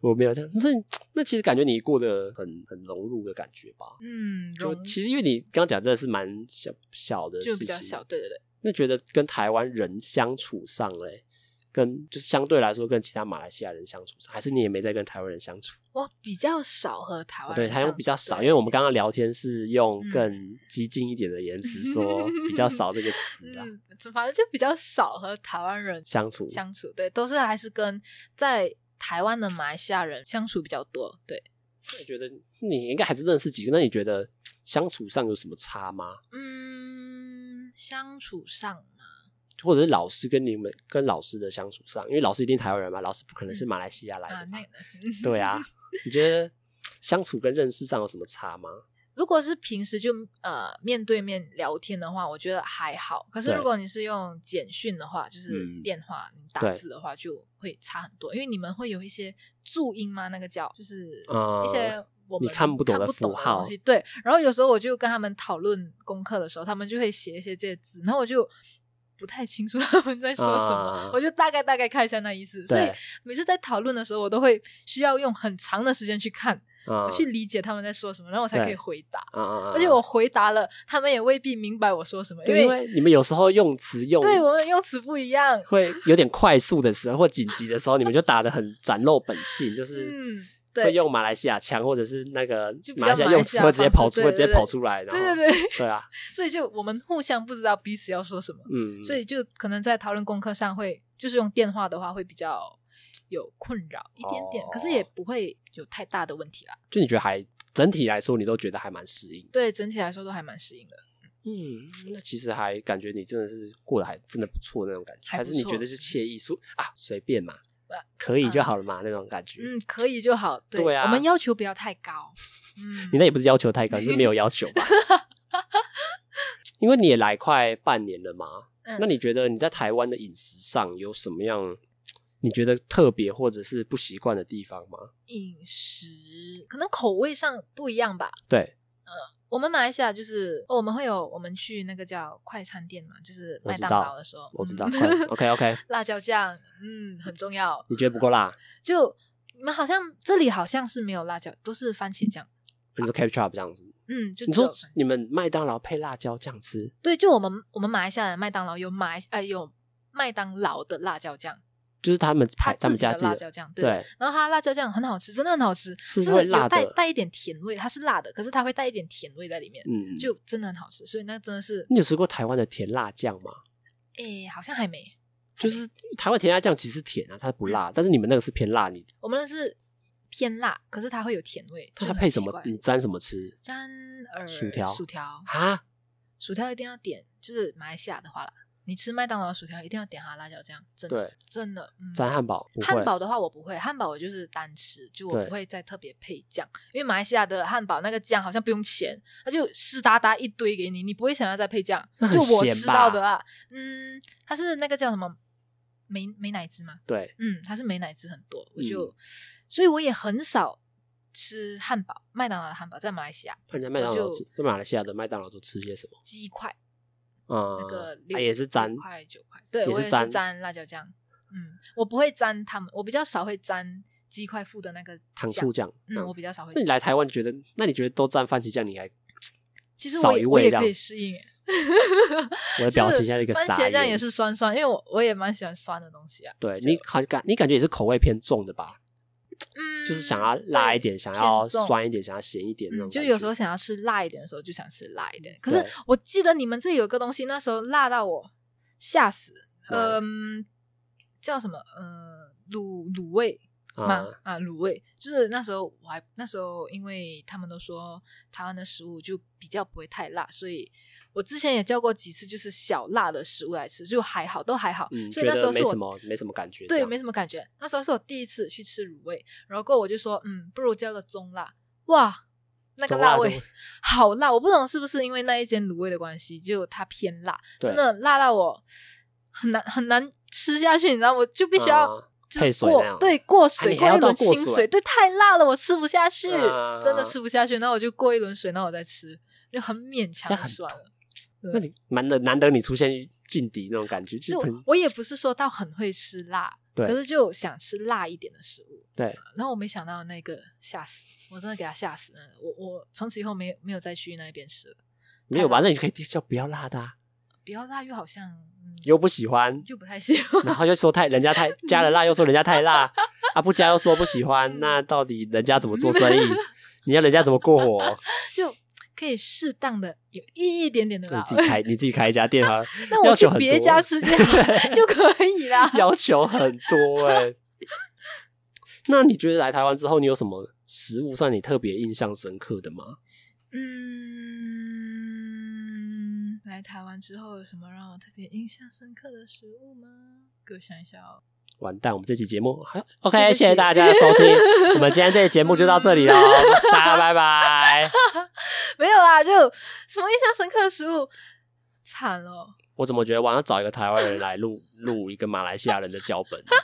Speaker 1: 我没有这样，所以那其实感觉你过得很很融入的感觉吧？
Speaker 2: 嗯，
Speaker 1: 就
Speaker 2: 融
Speaker 1: 其实因为你刚刚讲真的是蛮小小的
Speaker 2: 就
Speaker 1: 事
Speaker 2: 比较小，
Speaker 1: 情，
Speaker 2: 对对对，
Speaker 1: 那觉得跟台湾人相处上嘞，跟就是相对来说跟其他马来西亚人相处上，还是你也没在跟台湾人相处？
Speaker 2: 我比较少和台湾
Speaker 1: 哦对，
Speaker 2: 人
Speaker 1: 他
Speaker 2: 哦相
Speaker 1: 用比较
Speaker 2: 处
Speaker 1: 少，
Speaker 2: 对
Speaker 1: 因为我们刚刚聊天是用
Speaker 2: 嗯
Speaker 1: 更激进一点的言辞 说比较少这个词啊，
Speaker 2: 嗯，反正就比较少和台湾人
Speaker 1: 相处
Speaker 2: 相处，对，都是还是跟在台湾的马来西亚人相处比较多，对，
Speaker 1: 那你觉得你应该还是认识几个？那你觉得相处上有什么差吗？
Speaker 2: 嗯，相处上嘛，
Speaker 1: 或者是老师跟你们跟老师的相处上，因为老师一定台湾人嘛，老师不可能是马来西亚来
Speaker 2: 啊，
Speaker 1: 的
Speaker 2: 那
Speaker 1: 嘛。对 啊，你觉得相处跟认识上有什么差吗？
Speaker 2: 如果是平时就呃面对面聊天的话，我觉得还好。可是
Speaker 1: 对
Speaker 2: 如果你是用简讯的话，就是
Speaker 1: 嗯
Speaker 2: 电话、你打
Speaker 1: 对
Speaker 2: 字的话，就会差很多，因为你们会有一些注音吗？那个叫就是
Speaker 1: 啊
Speaker 2: 一些。我们
Speaker 1: 你看不懂的
Speaker 2: 的
Speaker 1: 符号
Speaker 2: 东西，对。然后有时候我就跟他们讨论功课的时候，他们就会写一些这些字，然后我就不太清楚 他们在说什么，
Speaker 1: 啊
Speaker 2: 我就大概大概看一下那意思。所以
Speaker 1: 对
Speaker 2: 每次在讨论的时候，我都会需要用很长的时间去看，
Speaker 1: 啊
Speaker 2: 去理解他们在说什么，然后我才
Speaker 1: 对
Speaker 2: 可以回答。
Speaker 1: 啊啊！啊
Speaker 2: 而且我回答了，他们也未必明白我说什么，因
Speaker 1: 对，因
Speaker 2: 为
Speaker 1: 为你们有时候用词用
Speaker 2: 对我们的用词不一样。
Speaker 1: 会有点快速的时候或紧急的时候，你们就打的很展露本性，就是
Speaker 2: 嗯，
Speaker 1: 会
Speaker 2: 对，
Speaker 1: 用马来西亚腔或者是那个
Speaker 2: 就比较
Speaker 1: 马来西亚用词会直接跑出，
Speaker 2: 马
Speaker 1: 会直
Speaker 2: 来西
Speaker 1: 接
Speaker 2: 亚方式对对对
Speaker 1: 跑出来，然后
Speaker 2: 对对 对，
Speaker 1: 对啊，
Speaker 2: 所以就我们互相不知道彼此要说什么，
Speaker 1: 嗯，
Speaker 2: 所以就可能在讨论功课上会，就是用电话的话会比较有困扰一点点，
Speaker 1: 哦
Speaker 2: 可是也不会有太大的问题啦。
Speaker 1: 就你觉得还整体来说，你都觉得还蛮适应。
Speaker 2: 对，整体来说都还蛮适应的。
Speaker 1: 嗯，那其实还感觉你真的是过得还真的不错那种感觉，
Speaker 2: 还
Speaker 1: 还
Speaker 2: 不
Speaker 1: 是
Speaker 2: 错
Speaker 1: 你觉得是惬意说啊随便嘛
Speaker 2: 呃，
Speaker 1: 可以就好了嘛、那种感觉。
Speaker 2: 嗯，可以就好。对，
Speaker 1: 对啊
Speaker 2: 我们要求不要太高。嗯，
Speaker 1: 你那也不是要求太高，你是没有要求吧？因为你也来快半年了嘛，
Speaker 2: 嗯
Speaker 1: 那你觉得你在台湾的饮食上有什么样你觉得特别或者是不习惯的地方吗？
Speaker 2: 饮食可能口味上不一样吧。
Speaker 1: 对，
Speaker 2: 我们马来西亚就是、哦我们会有我们去那个叫快餐店嘛，就是麦当劳的时候，
Speaker 1: 我知 道。
Speaker 2: 嗯
Speaker 1: OK OK，
Speaker 2: 辣椒酱，嗯，很重要。
Speaker 1: 你觉得不够辣？
Speaker 2: 就你们好像这里好像是没有辣椒，都是番茄酱。
Speaker 1: 你说 ketchup 这样子，
Speaker 2: 嗯，就
Speaker 1: 你
Speaker 2: 只有
Speaker 1: 说你们麦当劳配辣椒酱吃，
Speaker 2: 对，就我们我们马来西亚的麦当劳有马来呃有麦当劳的辣椒酱，
Speaker 1: 就是他们
Speaker 2: 他
Speaker 1: 排他
Speaker 2: 自
Speaker 1: 们
Speaker 2: 己
Speaker 1: 家
Speaker 2: 的
Speaker 1: 自己
Speaker 2: 辣
Speaker 1: 的
Speaker 2: 椒酱，对。
Speaker 1: 对，
Speaker 2: 然后它辣椒酱很好吃，真的很好吃，
Speaker 1: 是
Speaker 2: 就是
Speaker 1: 会
Speaker 2: 有
Speaker 1: 辣
Speaker 2: 带
Speaker 1: 的
Speaker 2: 带一点甜味，它是辣的，可是它会带一点甜味在里面，
Speaker 1: 嗯，
Speaker 2: 就真的很好吃。所以那真的是，
Speaker 1: 你有吃过台湾的甜辣酱吗？
Speaker 2: 诶，好像还没，
Speaker 1: 就是台湾甜辣酱其实甜啊，它不辣，但是你们那个是偏辣，你
Speaker 2: 我们的是偏辣，可是它会有甜味。
Speaker 1: 它
Speaker 2: 就很
Speaker 1: 配什
Speaker 2: 奇
Speaker 1: 么
Speaker 2: 怪？
Speaker 1: 你沾什么吃
Speaker 2: 沾呃
Speaker 1: 薯条
Speaker 2: 薯条，
Speaker 1: 啊？
Speaker 2: 薯条一定要点，就是马来西亚的话啦，你吃麦当劳的薯条一定要点它辣椒酱，真的
Speaker 1: 对
Speaker 2: 真的。嗯
Speaker 1: 沾汉堡不会，
Speaker 2: 汉堡的话我不会，汉堡我就是单吃，就我
Speaker 1: 对
Speaker 2: 不会再特别配酱，因为马来西亚的汉堡那个酱好像不用钱，它就湿哒哒一堆给你，你不会想要再配酱。
Speaker 1: 那很
Speaker 2: 就我
Speaker 1: 咸
Speaker 2: 吃
Speaker 1: 吧
Speaker 2: 到的啊，嗯，它是那个叫什么美美乃滋吗？
Speaker 1: 对，
Speaker 2: 嗯，它是美乃滋很多，我就、
Speaker 1: 嗯
Speaker 2: 所以我也很少吃汉堡，麦当劳的汉堡在马来西亚
Speaker 1: 那你在麦当劳
Speaker 2: 就
Speaker 1: 吃，在马来西亚的麦当劳都吃些什么？
Speaker 2: 鸡块
Speaker 1: 啊、
Speaker 2: 那个
Speaker 1: 啊
Speaker 2: 六、
Speaker 1: 也是沾
Speaker 2: 六块九块，对
Speaker 1: 也
Speaker 2: 我
Speaker 1: 是
Speaker 2: 也
Speaker 1: 沾
Speaker 2: 是沾辣椒酱。嗯，我不会沾他们，我比较少会沾鸡块附的那个
Speaker 1: 糖
Speaker 2: 酱
Speaker 1: 醋。酱。
Speaker 2: 嗯，我比较少会
Speaker 1: 那。你来台湾觉得，那你觉得都蘸番茄酱，你还
Speaker 2: 其实
Speaker 1: 少
Speaker 2: 我
Speaker 1: 一
Speaker 2: 也我
Speaker 1: 味
Speaker 2: 也
Speaker 1: 这样
Speaker 2: 可以适应诶。
Speaker 1: 我的表情像一个
Speaker 2: 番
Speaker 1: 傻
Speaker 2: 茄
Speaker 1: 眼。
Speaker 2: 酱也是酸酸，因为我我也蛮喜欢酸的东西啊。
Speaker 1: 对你感感你感觉也是口味偏重的吧？
Speaker 2: 嗯，
Speaker 1: 就是想要辣一点，
Speaker 2: 对
Speaker 1: 想要
Speaker 2: 偏重
Speaker 1: 酸一点，想要咸一点那种
Speaker 2: 嗯，
Speaker 1: 感觉、
Speaker 2: 就有时候想要吃辣一点的时候，就想吃辣一点。可是
Speaker 1: 对
Speaker 2: 我记得你们这里有个东西，那时候辣到我吓死。
Speaker 1: 对
Speaker 2: 嗯，叫什么？呃，卤卤味吗
Speaker 1: 啊，？
Speaker 2: 啊，卤味就是那时候我还那时候，因为他们都说台湾的食物就比较不会太辣，所以我之前也叫过几次，就是小辣的食物来吃，就还好，都还好。
Speaker 1: 嗯，
Speaker 2: 所
Speaker 1: 觉
Speaker 2: 以那时
Speaker 1: 得
Speaker 2: 候是
Speaker 1: 没
Speaker 2: 我
Speaker 1: 什么没什么感觉这
Speaker 2: 对，
Speaker 1: 样，
Speaker 2: 没什么感觉。那时候是我第一次去吃卤味，然后过后我就说，嗯，不如叫个中辣。哇，那个
Speaker 1: 中辣
Speaker 2: 辣
Speaker 1: 就
Speaker 2: 味好辣，我不懂是不是因为那一间卤味的关系，就它偏辣，
Speaker 1: 对
Speaker 2: 真的辣到我很难很难吃下去，你知道，我就必须要
Speaker 1: 啊
Speaker 2: 就是
Speaker 1: 配水
Speaker 2: 过
Speaker 1: 那样
Speaker 2: 对，过
Speaker 1: 啊
Speaker 2: 水、
Speaker 1: 你还
Speaker 2: 过
Speaker 1: 要
Speaker 2: 一轮
Speaker 1: 倒过
Speaker 2: 清
Speaker 1: 水
Speaker 2: 水，对，太辣了，我吃不下去，
Speaker 1: 啊
Speaker 2: 真的吃不下去，那我就过一轮水，那我再吃，就很勉强
Speaker 1: 这
Speaker 2: 地
Speaker 1: 样很
Speaker 2: 算了。
Speaker 1: 那你难得难得你出现劲敌那种感觉，
Speaker 2: 就
Speaker 1: 就很
Speaker 2: 我也不是说到很会吃辣，
Speaker 1: 对
Speaker 2: 可是就想吃辣一点的食物。
Speaker 1: 对，
Speaker 2: 然后我没想到那个吓死，我真的给他吓死了。我我从此以后没有没有再去那边吃了，
Speaker 1: 没有吧？那你可以叫不要辣的、啊，
Speaker 2: 比较辣又好像嗯，
Speaker 1: 又不喜欢，
Speaker 2: 就不太喜欢。
Speaker 1: 然后就说太人家太加了辣，又说人家太辣，啊不加又说不喜欢，那到底人家怎么做生意？你要人家怎么过活？
Speaker 2: 就可以适当的有一点点的
Speaker 1: 就你
Speaker 2: 辣，
Speaker 1: 自己开你自己开一家店啊哈，
Speaker 2: 那我
Speaker 1: 要
Speaker 2: 去
Speaker 1: 求很
Speaker 2: 别
Speaker 1: 多
Speaker 2: 家吃就就可以啦。
Speaker 1: 要求很多哎、那你觉得来台湾之后，你有什么食物算你特别印象深刻的吗？
Speaker 2: 嗯，来台湾之后有什么让我特别印象深刻的食物吗？给我想一下哦。
Speaker 1: 完蛋，我们这期节目还 OK，
Speaker 2: 对不起
Speaker 1: 谢谢大家的收听，我们今天这期节目就到这里喽， 大家拜拜。
Speaker 2: 没有啦，就什么印象深刻的食物，惨了。
Speaker 1: 我怎么觉得我要找一个台湾人来录录一个马来西亚人的脚本？啊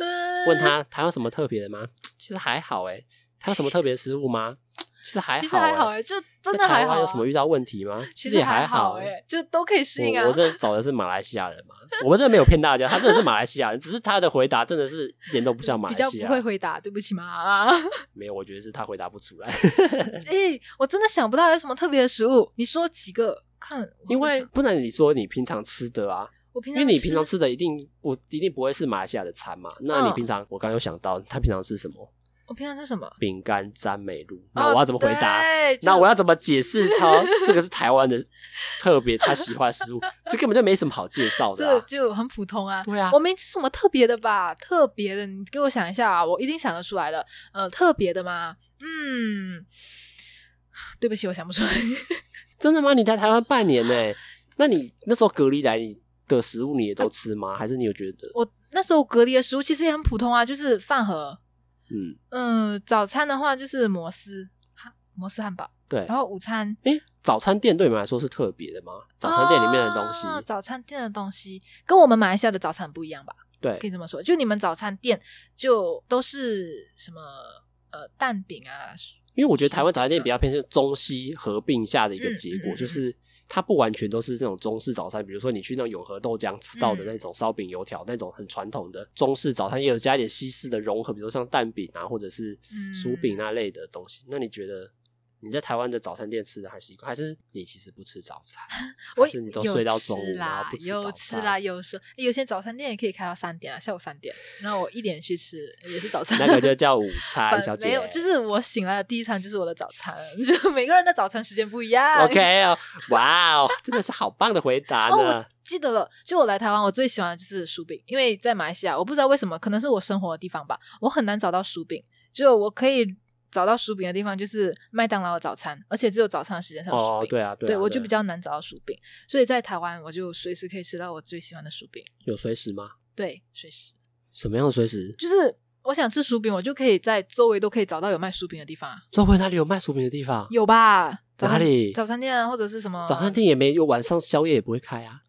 Speaker 2: 问呃
Speaker 1: 问他他有什么特别的吗？其实还好哎、他有什么特别的食物吗？其实还好、欸，
Speaker 2: 其实还好哎、就真的
Speaker 1: 在
Speaker 2: 还
Speaker 1: 台
Speaker 2: 好、
Speaker 1: 湾
Speaker 2: 啊。
Speaker 1: 有什么遇到问题吗？
Speaker 2: 其
Speaker 1: 实也
Speaker 2: 还
Speaker 1: 好
Speaker 2: 哎、
Speaker 1: 欸
Speaker 2: 就都可以适应啊。
Speaker 1: 我我这找的是马来西亚人嘛，我们真的没有骗大家，他真的是马来西亚人，只是他的回答真的是一点都不像马
Speaker 2: 比
Speaker 1: 来
Speaker 2: 较
Speaker 1: 西亚
Speaker 2: 不会
Speaker 1: 人。
Speaker 2: 回答，对不 起嘛。
Speaker 1: 没有，我觉得是他回答不出来，
Speaker 2: 哎、我真的想不到有什么特别的食物，你说几个看？我
Speaker 1: 因为
Speaker 2: 想
Speaker 1: 不然你说你平常吃的啊，
Speaker 2: 我平
Speaker 1: 因
Speaker 2: 常
Speaker 1: 为你平常吃的一定我一定不会是马来西亚的餐嘛，那你
Speaker 2: 嗯
Speaker 1: 平常我刚刚有想到他平常吃什么
Speaker 2: 我平常吃什么？
Speaker 1: 饼干沾美露，那
Speaker 2: 哦
Speaker 1: 我要怎么回答？
Speaker 2: 对就
Speaker 1: 那我要怎么解释 他这个是台湾的特别他喜欢的食物？ 这根本就没什么好介绍的、
Speaker 2: 这
Speaker 1: 啊。
Speaker 2: 就很普通啊。
Speaker 1: 对啊
Speaker 2: 我没吃什么特别的吧？特别的，你给我想一下啊，我一定想得出来的。呃，特别的嘛，嗯，对不起，我想不出来。
Speaker 1: 真的吗？你在台湾半年呢、那你那时候隔离来你的食物你也都吃吗？还是你有觉得
Speaker 2: 我那时候隔离的食物其实也很普通啊，就是饭盒。
Speaker 1: 嗯
Speaker 2: 嗯，早餐的话就是摩斯哈摩斯汉堡，
Speaker 1: 对？
Speaker 2: 然后午餐
Speaker 1: 哎、早餐店对你们来说是特别的吗？早餐店里面的东西，
Speaker 2: 啊早餐店的东西跟我们马来西亚的早餐不一样吧？可
Speaker 1: 对
Speaker 2: 以这么说，就你们早餐店就都是什么呃蛋饼啊，
Speaker 1: 因为我觉得台湾早餐店比较偏向中西合并下的一个结果，
Speaker 2: 嗯嗯嗯
Speaker 1: 就是它不完全都是那种中式早餐，比如说你去那种永和豆浆吃到的
Speaker 2: 嗯
Speaker 1: 那种烧饼、油条那种很传统的中式早餐，也有加一点西式的融合，比如说像蛋饼啊，或者是
Speaker 2: 嗯
Speaker 1: 酥饼那类的东西。那你觉得你在台湾的早餐店吃的还习惯，还是你其实不吃早餐？
Speaker 2: 我
Speaker 1: 还是你都
Speaker 2: 有
Speaker 1: 睡到
Speaker 2: 吃
Speaker 1: 中午，然
Speaker 2: 啦
Speaker 1: 后不，吃
Speaker 2: 有
Speaker 1: 早
Speaker 2: 吃
Speaker 1: 餐？
Speaker 2: 啦，有时候有些早餐店也可以开到三点啊，下午三点，然后我一点去吃也是早餐，
Speaker 1: 那个就叫午餐，
Speaker 2: 反
Speaker 1: 小姐。
Speaker 2: 没有，就是我醒来的第一餐就是我的早餐， 就每个人的早餐时间不一样。
Speaker 1: OK 哦，哇哦，真的是好棒的回答
Speaker 2: 哦，
Speaker 1: 呢
Speaker 2: 我。记得了，就我来台湾，我最喜欢的就是薯饼，因为在马来西亚，我不知道为什么，可能是我生活的地方吧，我很难找到薯饼，就我可以找到薯饼的地方就是麦当劳的早餐，而且只有早餐的时间才有薯
Speaker 1: 哦，
Speaker 2: 饼。
Speaker 1: 对啊，对啊，
Speaker 2: 对我就
Speaker 1: 啊
Speaker 2: 比较难找到薯饼，所以在台湾我就随时可以吃到我最喜欢的薯饼。
Speaker 1: 有随时吗？
Speaker 2: 对，随时
Speaker 1: 什么样的随时？
Speaker 2: 就是我想吃薯饼，我就可以在周围都可以找到有卖薯饼的地方啊，
Speaker 1: 周围哪里有卖薯饼的地方？
Speaker 2: 有吧？早
Speaker 1: 哪
Speaker 2: 餐
Speaker 1: 里？
Speaker 2: 早餐店啊，或者是什么
Speaker 1: 早餐店也没有，晚上宵夜也不会开啊。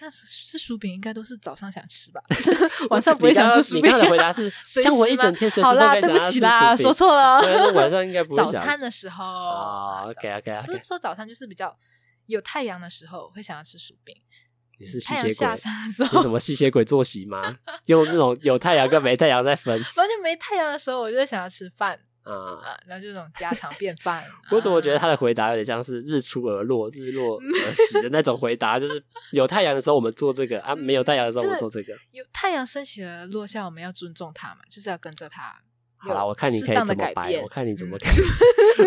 Speaker 2: 但是吃薯饼应该都是早上想吃吧， 晚上不会想吃薯
Speaker 1: 你
Speaker 2: 饼。
Speaker 1: 刚才的回答是
Speaker 2: 随时
Speaker 1: 这
Speaker 2: 吗
Speaker 1: 样我一整天随时
Speaker 2: 好
Speaker 1: 都
Speaker 2: 啦，
Speaker 1: 可以
Speaker 2: 对
Speaker 1: 想
Speaker 2: 不
Speaker 1: 要
Speaker 2: 起
Speaker 1: 吃
Speaker 2: 啦，
Speaker 1: 薯
Speaker 2: 说
Speaker 1: 饼
Speaker 2: 错了
Speaker 1: 对啊那。晚上应该不会
Speaker 2: 早
Speaker 1: 想
Speaker 2: 餐的
Speaker 1: 吃
Speaker 2: 时候
Speaker 1: 啊，OK OK
Speaker 2: 不
Speaker 1: OK，
Speaker 2: 是说早餐，就是比较有太阳的时候会想要吃薯饼。
Speaker 1: 你是吸
Speaker 2: 太阳
Speaker 1: 血
Speaker 2: 下
Speaker 1: 鬼。
Speaker 2: 山的时
Speaker 1: 有
Speaker 2: 候
Speaker 1: 什，么吸血鬼作息 吗？用那种有太阳跟没太阳在分
Speaker 2: 反正没太阳的时候，我就会想要吃饭
Speaker 1: 啊。。
Speaker 2: 啊，然后就那种家常便饭
Speaker 1: 我怎么觉得
Speaker 2: 啊
Speaker 1: 他的回答有点像是日出而落、日落而息的那种回 答？就是有太阳的时候我们做这个啊，没有太阳的时候我们做这个。
Speaker 2: 有太阳升起了落下，我们要尊重它嘛，就是要跟着它。
Speaker 1: 好啦，我看你可以怎么掰，我看你怎么
Speaker 2: 嗯
Speaker 1: 看，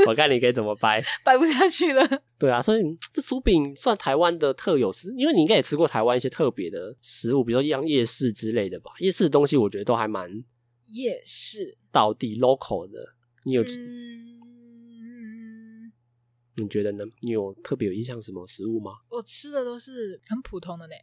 Speaker 1: 我看你可以怎么掰。
Speaker 2: 摆不下去了。
Speaker 1: 对啊，所以嗯这薯饼算台湾的特有食，因为你应该也吃过台湾一些特别的食物，比如说像夜市之类的吧。夜市的东西我觉得都还蛮
Speaker 2: 夜市，
Speaker 1: 道地 local 的。你有、
Speaker 2: 嗯，
Speaker 1: 你觉得呢？你有特别有印象什么食物吗？
Speaker 2: 我吃的都是很普通的呢，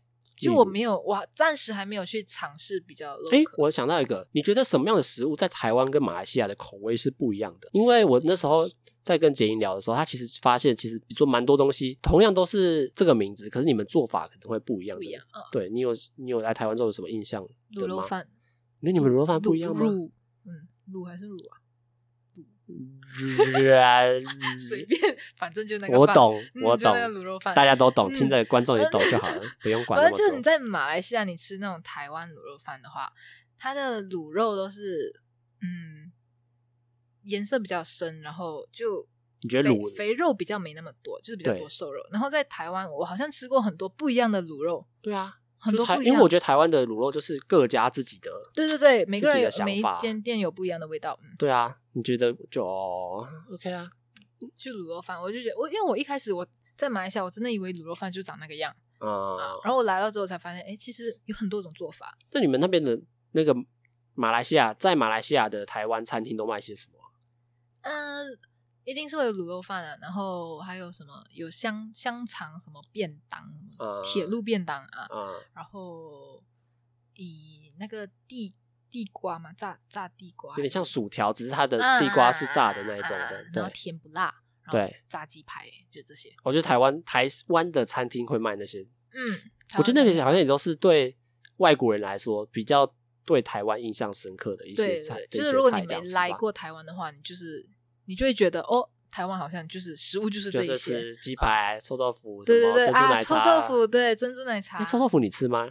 Speaker 1: 例
Speaker 2: 就
Speaker 1: 如
Speaker 2: 我没有，我暂时还没有去尝试比较 local。
Speaker 1: 哎、我想到一个，你觉得什么样的食物在台湾跟马来西亚的口味是不一样的？因为我那时候在跟杰英聊的时候，他其实发现，其实比如说蛮多东西，同样都是这个名字，可是你们做法可能会不一样。
Speaker 2: 不一样。啊，
Speaker 1: 对你有你有来台湾之后有什么印象
Speaker 2: 卤
Speaker 1: 的
Speaker 2: 肉
Speaker 1: 吗？
Speaker 2: 饭，
Speaker 1: 因为你们卤肉饭不一样吗？
Speaker 2: 卤，嗯，卤还是卤啊，随便，反正就那个
Speaker 1: 嗯我
Speaker 2: 饭，
Speaker 1: 懂，
Speaker 2: 嗯
Speaker 1: 我
Speaker 2: 就
Speaker 1: 懂
Speaker 2: 那个，卤肉饭
Speaker 1: 大家都懂，
Speaker 2: 嗯
Speaker 1: 听的观众也懂就好了，不用管那
Speaker 2: 反
Speaker 1: 么
Speaker 2: 正就是
Speaker 1: 多。
Speaker 2: 你在马来西亚，你吃那种台湾卤肉饭的话，它的卤肉都是嗯颜色比较深，然后就
Speaker 1: 你觉得
Speaker 2: 肥
Speaker 1: 卤
Speaker 2: 肥肉比较没那么多，就是比较
Speaker 1: 对
Speaker 2: 多瘦肉。然后在台湾，我好像吃过很多不一样的卤肉，
Speaker 1: 对啊，
Speaker 2: 很
Speaker 1: 就
Speaker 2: 多
Speaker 1: 台
Speaker 2: 不一
Speaker 1: 因
Speaker 2: 样。
Speaker 1: 为我觉得台湾的卤肉就是各家自己的，
Speaker 2: 对对对，每个
Speaker 1: 自己
Speaker 2: 人
Speaker 1: 的
Speaker 2: 有
Speaker 1: 想
Speaker 2: 每一
Speaker 1: 法
Speaker 2: 间店有不一样的味道，嗯，
Speaker 1: 对啊，你觉得就 OK 啊？
Speaker 2: 就嗯卤肉饭，我就觉得我因为我一开始我在马来西亚，我真的以为卤肉饭就长那个样啊
Speaker 1: 啊，，
Speaker 2: 然后我来到之后才发现，哎，其实有很多种做法。
Speaker 1: 那你们那边的那个马来西亚，在马来西亚的台湾餐厅都卖些什么啊？
Speaker 2: 嗯、一定是会有卤肉饭啊，然后还有什么有香香肠什么便当，什么
Speaker 1: 啊
Speaker 2: 铁路便当啊，
Speaker 1: 啊，
Speaker 2: 然后以那个地地瓜嘛，炸炸地瓜，
Speaker 1: 有点像薯条，只是它的
Speaker 2: 啊
Speaker 1: 地瓜是炸的那一种
Speaker 2: 啊啊啊
Speaker 1: 的
Speaker 2: 啊。然后
Speaker 1: 对，
Speaker 2: 甜不辣，然后
Speaker 1: 对
Speaker 2: 炸鸡排就这些，
Speaker 1: 我觉得台湾台湾的餐厅会卖那些
Speaker 2: 嗯，
Speaker 1: 我觉得
Speaker 2: 台湾
Speaker 1: 那个好像也都是对外国人来说比较对台湾印象深刻的一些
Speaker 2: 对
Speaker 1: 菜，的一
Speaker 2: 就是
Speaker 1: 些
Speaker 2: 如果
Speaker 1: 菜
Speaker 2: 你
Speaker 1: 这
Speaker 2: 没
Speaker 1: 样子吧
Speaker 2: 来，过台湾的话，你就是你就会觉得哦，台湾好像就是食物就是这
Speaker 1: 就
Speaker 2: 一
Speaker 1: 是
Speaker 2: 些，
Speaker 1: 吃鸡排、臭豆腐、
Speaker 2: 对
Speaker 1: 什
Speaker 2: 对
Speaker 1: 么
Speaker 2: 对
Speaker 1: 珍珠
Speaker 2: 啊，
Speaker 1: 奶
Speaker 2: 臭
Speaker 1: 茶、
Speaker 2: 豆腐，啊对珍珠奶茶
Speaker 1: 诶。臭豆腐你吃吗？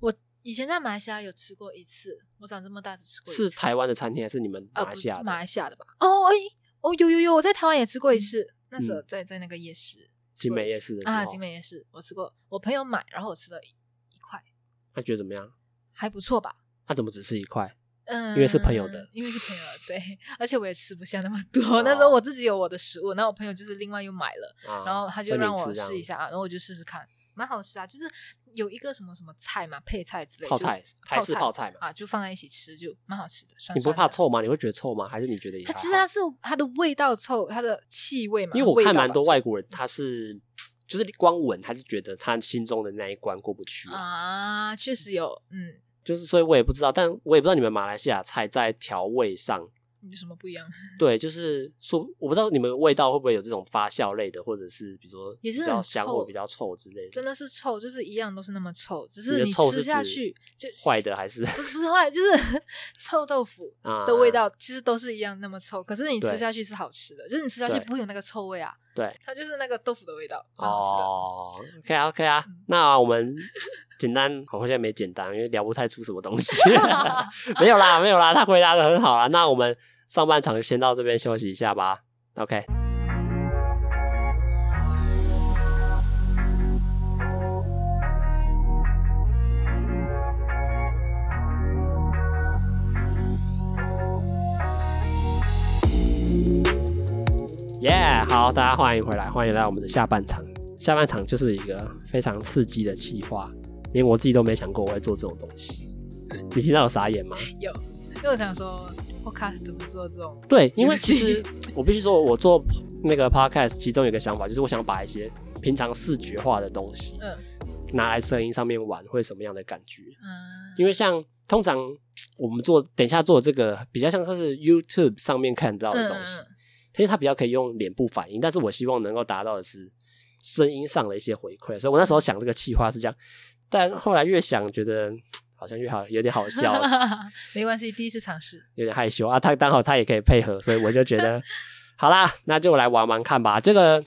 Speaker 2: 我以前在马来西亚有吃过一次，我长这么大只吃过一
Speaker 1: 是
Speaker 2: 次，
Speaker 1: 台湾的餐厅还是你们马
Speaker 2: 呃不
Speaker 1: 来
Speaker 2: 是
Speaker 1: 西亚的？
Speaker 2: 马来西亚的吧？哦哎哦有有有，我在台湾也吃过一次，那时候
Speaker 1: 嗯
Speaker 2: 在在那个夜市，吃
Speaker 1: 景
Speaker 2: 过
Speaker 1: 美
Speaker 2: 一
Speaker 1: 夜市
Speaker 2: 次
Speaker 1: 的时哦
Speaker 2: 啊，
Speaker 1: 候
Speaker 2: 景，美夜市我吃过，我朋友买，然后我吃了一一块，
Speaker 1: 那觉得怎么样？
Speaker 2: 还不错吧。
Speaker 1: 那怎么只吃一块？
Speaker 2: 嗯，
Speaker 1: 因为是朋友的，哦
Speaker 2: 因为是朋友的， 对，而且我也吃不下那么多。那时候我自己有我的食物，那我朋友就是另外又买了，
Speaker 1: 啊，
Speaker 2: 然后他就
Speaker 1: 分你
Speaker 2: 让我
Speaker 1: 吃这样
Speaker 2: 试一，下，然后我就试试看，蛮好吃啊。就是有一个什么什么菜嘛，配菜之类，
Speaker 1: 泡
Speaker 2: 就
Speaker 1: 菜台式泡菜嘛
Speaker 2: 啊，就放在一起吃，就蛮好吃的。酸
Speaker 1: 你不会
Speaker 2: 酸
Speaker 1: 怕
Speaker 2: 的？
Speaker 1: 臭吗？你会觉得臭吗？还是你觉得也
Speaker 2: 它
Speaker 1: 还
Speaker 2: 其实
Speaker 1: 好
Speaker 2: 它是它的味道臭，它的气味嘛，
Speaker 1: 因为我
Speaker 2: 啊味
Speaker 1: 看
Speaker 2: 道
Speaker 1: 蛮
Speaker 2: 吧
Speaker 1: 多外国人，他是就是光闻他就觉得他心中的那一关过不去啊
Speaker 2: 啊，确实有，嗯，
Speaker 1: 就是所以我也不知道，但我也不知道你们马来西亚菜在调味上，
Speaker 2: 有什么不一样？
Speaker 1: 对，就是说我不知道你们味道会不会有这种发酵类的，或者是比如说
Speaker 2: 也是
Speaker 1: 比较
Speaker 2: 很
Speaker 1: 香
Speaker 2: 臭
Speaker 1: 或比较臭之类的，
Speaker 2: 真的是臭，就是一样都是那么臭，只
Speaker 1: 你
Speaker 2: 是
Speaker 1: 的
Speaker 2: 你
Speaker 1: 臭是
Speaker 2: 吃下
Speaker 1: 指
Speaker 2: 去就
Speaker 1: 坏的还 是
Speaker 2: 不是不是坏，就是 臭豆腐
Speaker 1: 啊
Speaker 2: 的味？道，其实都是一样那么臭。可是你
Speaker 1: 对
Speaker 2: 吃下去是好吃的，就是你吃下去
Speaker 1: 对
Speaker 2: 不会有那个臭味啊。
Speaker 1: 对，
Speaker 2: 它就是那个豆腐的味道，蛮好吃的。
Speaker 1: 哦，OK 啊 OK 啊
Speaker 2: 嗯，
Speaker 1: 那我们简单，我现在没简单，因为聊不太出什么东 西，没有啦没有啦，他回答的很好啦，那我们上半场就先到这边休息一下吧，OK。耶、好，大家欢迎回来，欢迎来到我们的下半场。下半场就是一个非常刺激的企划，连我自己都没想过我会做这种东西。你听到有傻眼吗？
Speaker 2: 因为我想说， podcast 怎么做这种
Speaker 1: 对，因为其实我必须说，我做那个 podcast，其中有一个想法就是，我想把一些平常视觉化的东西
Speaker 2: 嗯
Speaker 1: 拿来声音上面玩，会什么样的感觉？
Speaker 2: 嗯
Speaker 1: 因为像通常我们做等一下做这个比较像是 YouTube 上面看到的东西，
Speaker 2: 嗯嗯
Speaker 1: 因为它比较可以用脸部反应，但是我希望能够达到的是声音上的一些回馈，所以我那时候想这个企划是这样，但后来越想觉得好像越好有点好笑，
Speaker 2: 没关系，第一次尝试。
Speaker 1: 有点害羞啊。他刚好他也可以配合，所以我就觉得好啦，那就来玩玩看吧。这个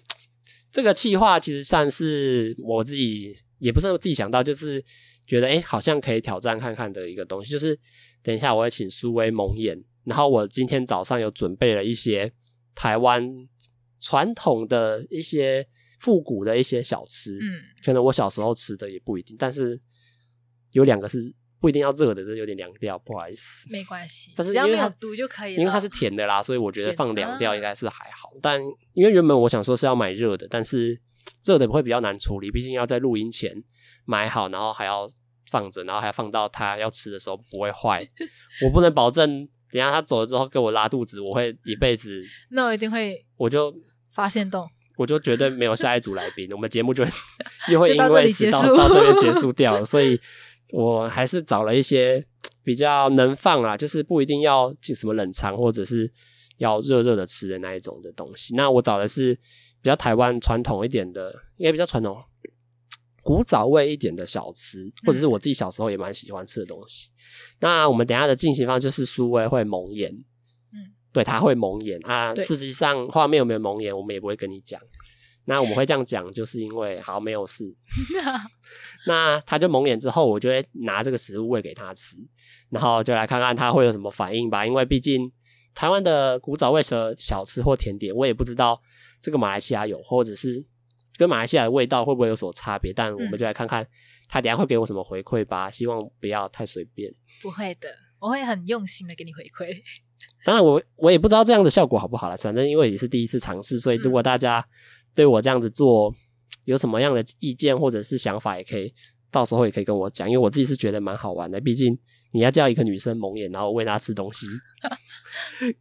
Speaker 1: 这个企划其实算是我自己，也不是我自己想到，就是觉得诶好像可以挑战看看的一个东西。就是等一下我会请苏威蒙眼，然后我今天早上有准备了一些台湾传统的一些复古的一些小吃，
Speaker 2: 嗯，
Speaker 1: 可能我小时候吃的也不一定，但是有两个是。不一定要热的，这有点凉掉，不好意思。
Speaker 2: 没关系，
Speaker 1: 但是
Speaker 2: 只要
Speaker 1: 因
Speaker 2: 没
Speaker 1: 为它
Speaker 2: 有毒就可以了。
Speaker 1: 因为它是甜的啦，所以我觉得
Speaker 2: 甜
Speaker 1: 放凉掉
Speaker 2: 啊
Speaker 1: 应该是还好。但因为原本我想说是要买热的，但是热的会比较难处理，毕竟要在录音前买好，然后还要放着，然后还要放到它要吃的时候不会 坏。我不能保证，等一下它走了之后给我拉肚子，我会一辈子
Speaker 2: 那我一定会
Speaker 1: 我就
Speaker 2: 发现洞。
Speaker 1: 我就绝对没有下一组来宾，我们节目就会 又会
Speaker 2: 就
Speaker 1: 因
Speaker 2: 到这
Speaker 1: 为
Speaker 2: 里
Speaker 1: 迟
Speaker 2: 结
Speaker 1: 到
Speaker 2: 束
Speaker 1: 到这边结束掉了，所以我还是找了一些比较能放啦，就是不一定要进什么冷藏或者是要热热的吃的那一种的东西。那我找的是比较台湾传统一点的，应该比较传统古早味一点的小
Speaker 2: 嗯
Speaker 1: 吃，或者是我自己小时候也蛮喜欢吃的东西。那我们等一下的进行方式就是苏威会蒙眼，
Speaker 2: 嗯，
Speaker 1: 对，他会蒙眼啊。
Speaker 2: 对
Speaker 1: 事实上，画面有没有蒙眼，我们也不会跟你讲。那我们会这样讲，就是因为好没有事。那他就蒙眼之后，我就会拿这个食物喂给他吃，然后就来看看他会有什么反应吧。因为毕竟台湾的古早味的小吃或甜点，我也不知道这个马来西亚有，或者是跟马来西亚的味道会不会有所差别。但我们
Speaker 2: 嗯
Speaker 1: 就来看看他等一下会给我什么回馈吧。希望不要太随便。
Speaker 2: 不会的，我会很用心的给你回馈。
Speaker 1: 当然我，我也不知道这样的效果好不好了。反正因为也是第一次尝试，所以
Speaker 2: 嗯
Speaker 1: 如果大家对我这样子做有什么样的意见或者是想法，也可以到时候也可以跟我讲，因为我自己是觉得蛮好玩的。毕竟你要叫一个女生蒙眼，然后喂她吃东 西，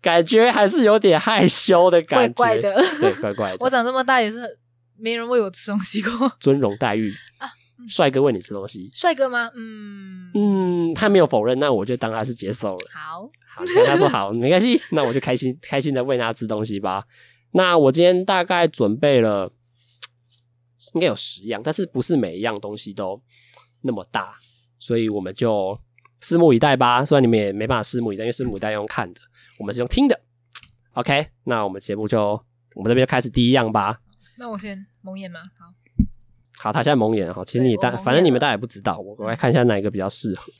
Speaker 1: 感觉还是有点害羞的感觉，
Speaker 2: 怪怪的
Speaker 1: 对，怪怪
Speaker 2: 我
Speaker 1: 的，
Speaker 2: 长这么大也是没人喂我吃东西过，
Speaker 1: 尊荣待遇
Speaker 2: 啊
Speaker 1: 帅哥喂你吃东西，
Speaker 2: 帅哥吗？嗯，
Speaker 1: 嗯，他没有否认，那我就当他是接受了。
Speaker 2: 好，
Speaker 1: 好，那他说好， 没关系，那我就开心开心的喂他吃东西吧。那我今天大概准备了，应该有十样，但是不是每一样东西都那么大，所以我们就拭目以待吧。虽然你们也没办法拭目以待，因为拭目以待用看的，我们是用听的。OK，那我们节目就我们这边就开始第一样吧。
Speaker 2: 那我先蒙眼吗？好，
Speaker 1: 好，他现在蒙眼哈，其实
Speaker 2: 对
Speaker 1: 你
Speaker 2: 我
Speaker 1: 大
Speaker 2: 蒙眼
Speaker 1: 反正你们
Speaker 2: 了
Speaker 1: 大家也不知道，我我来看一下哪一个比较适合。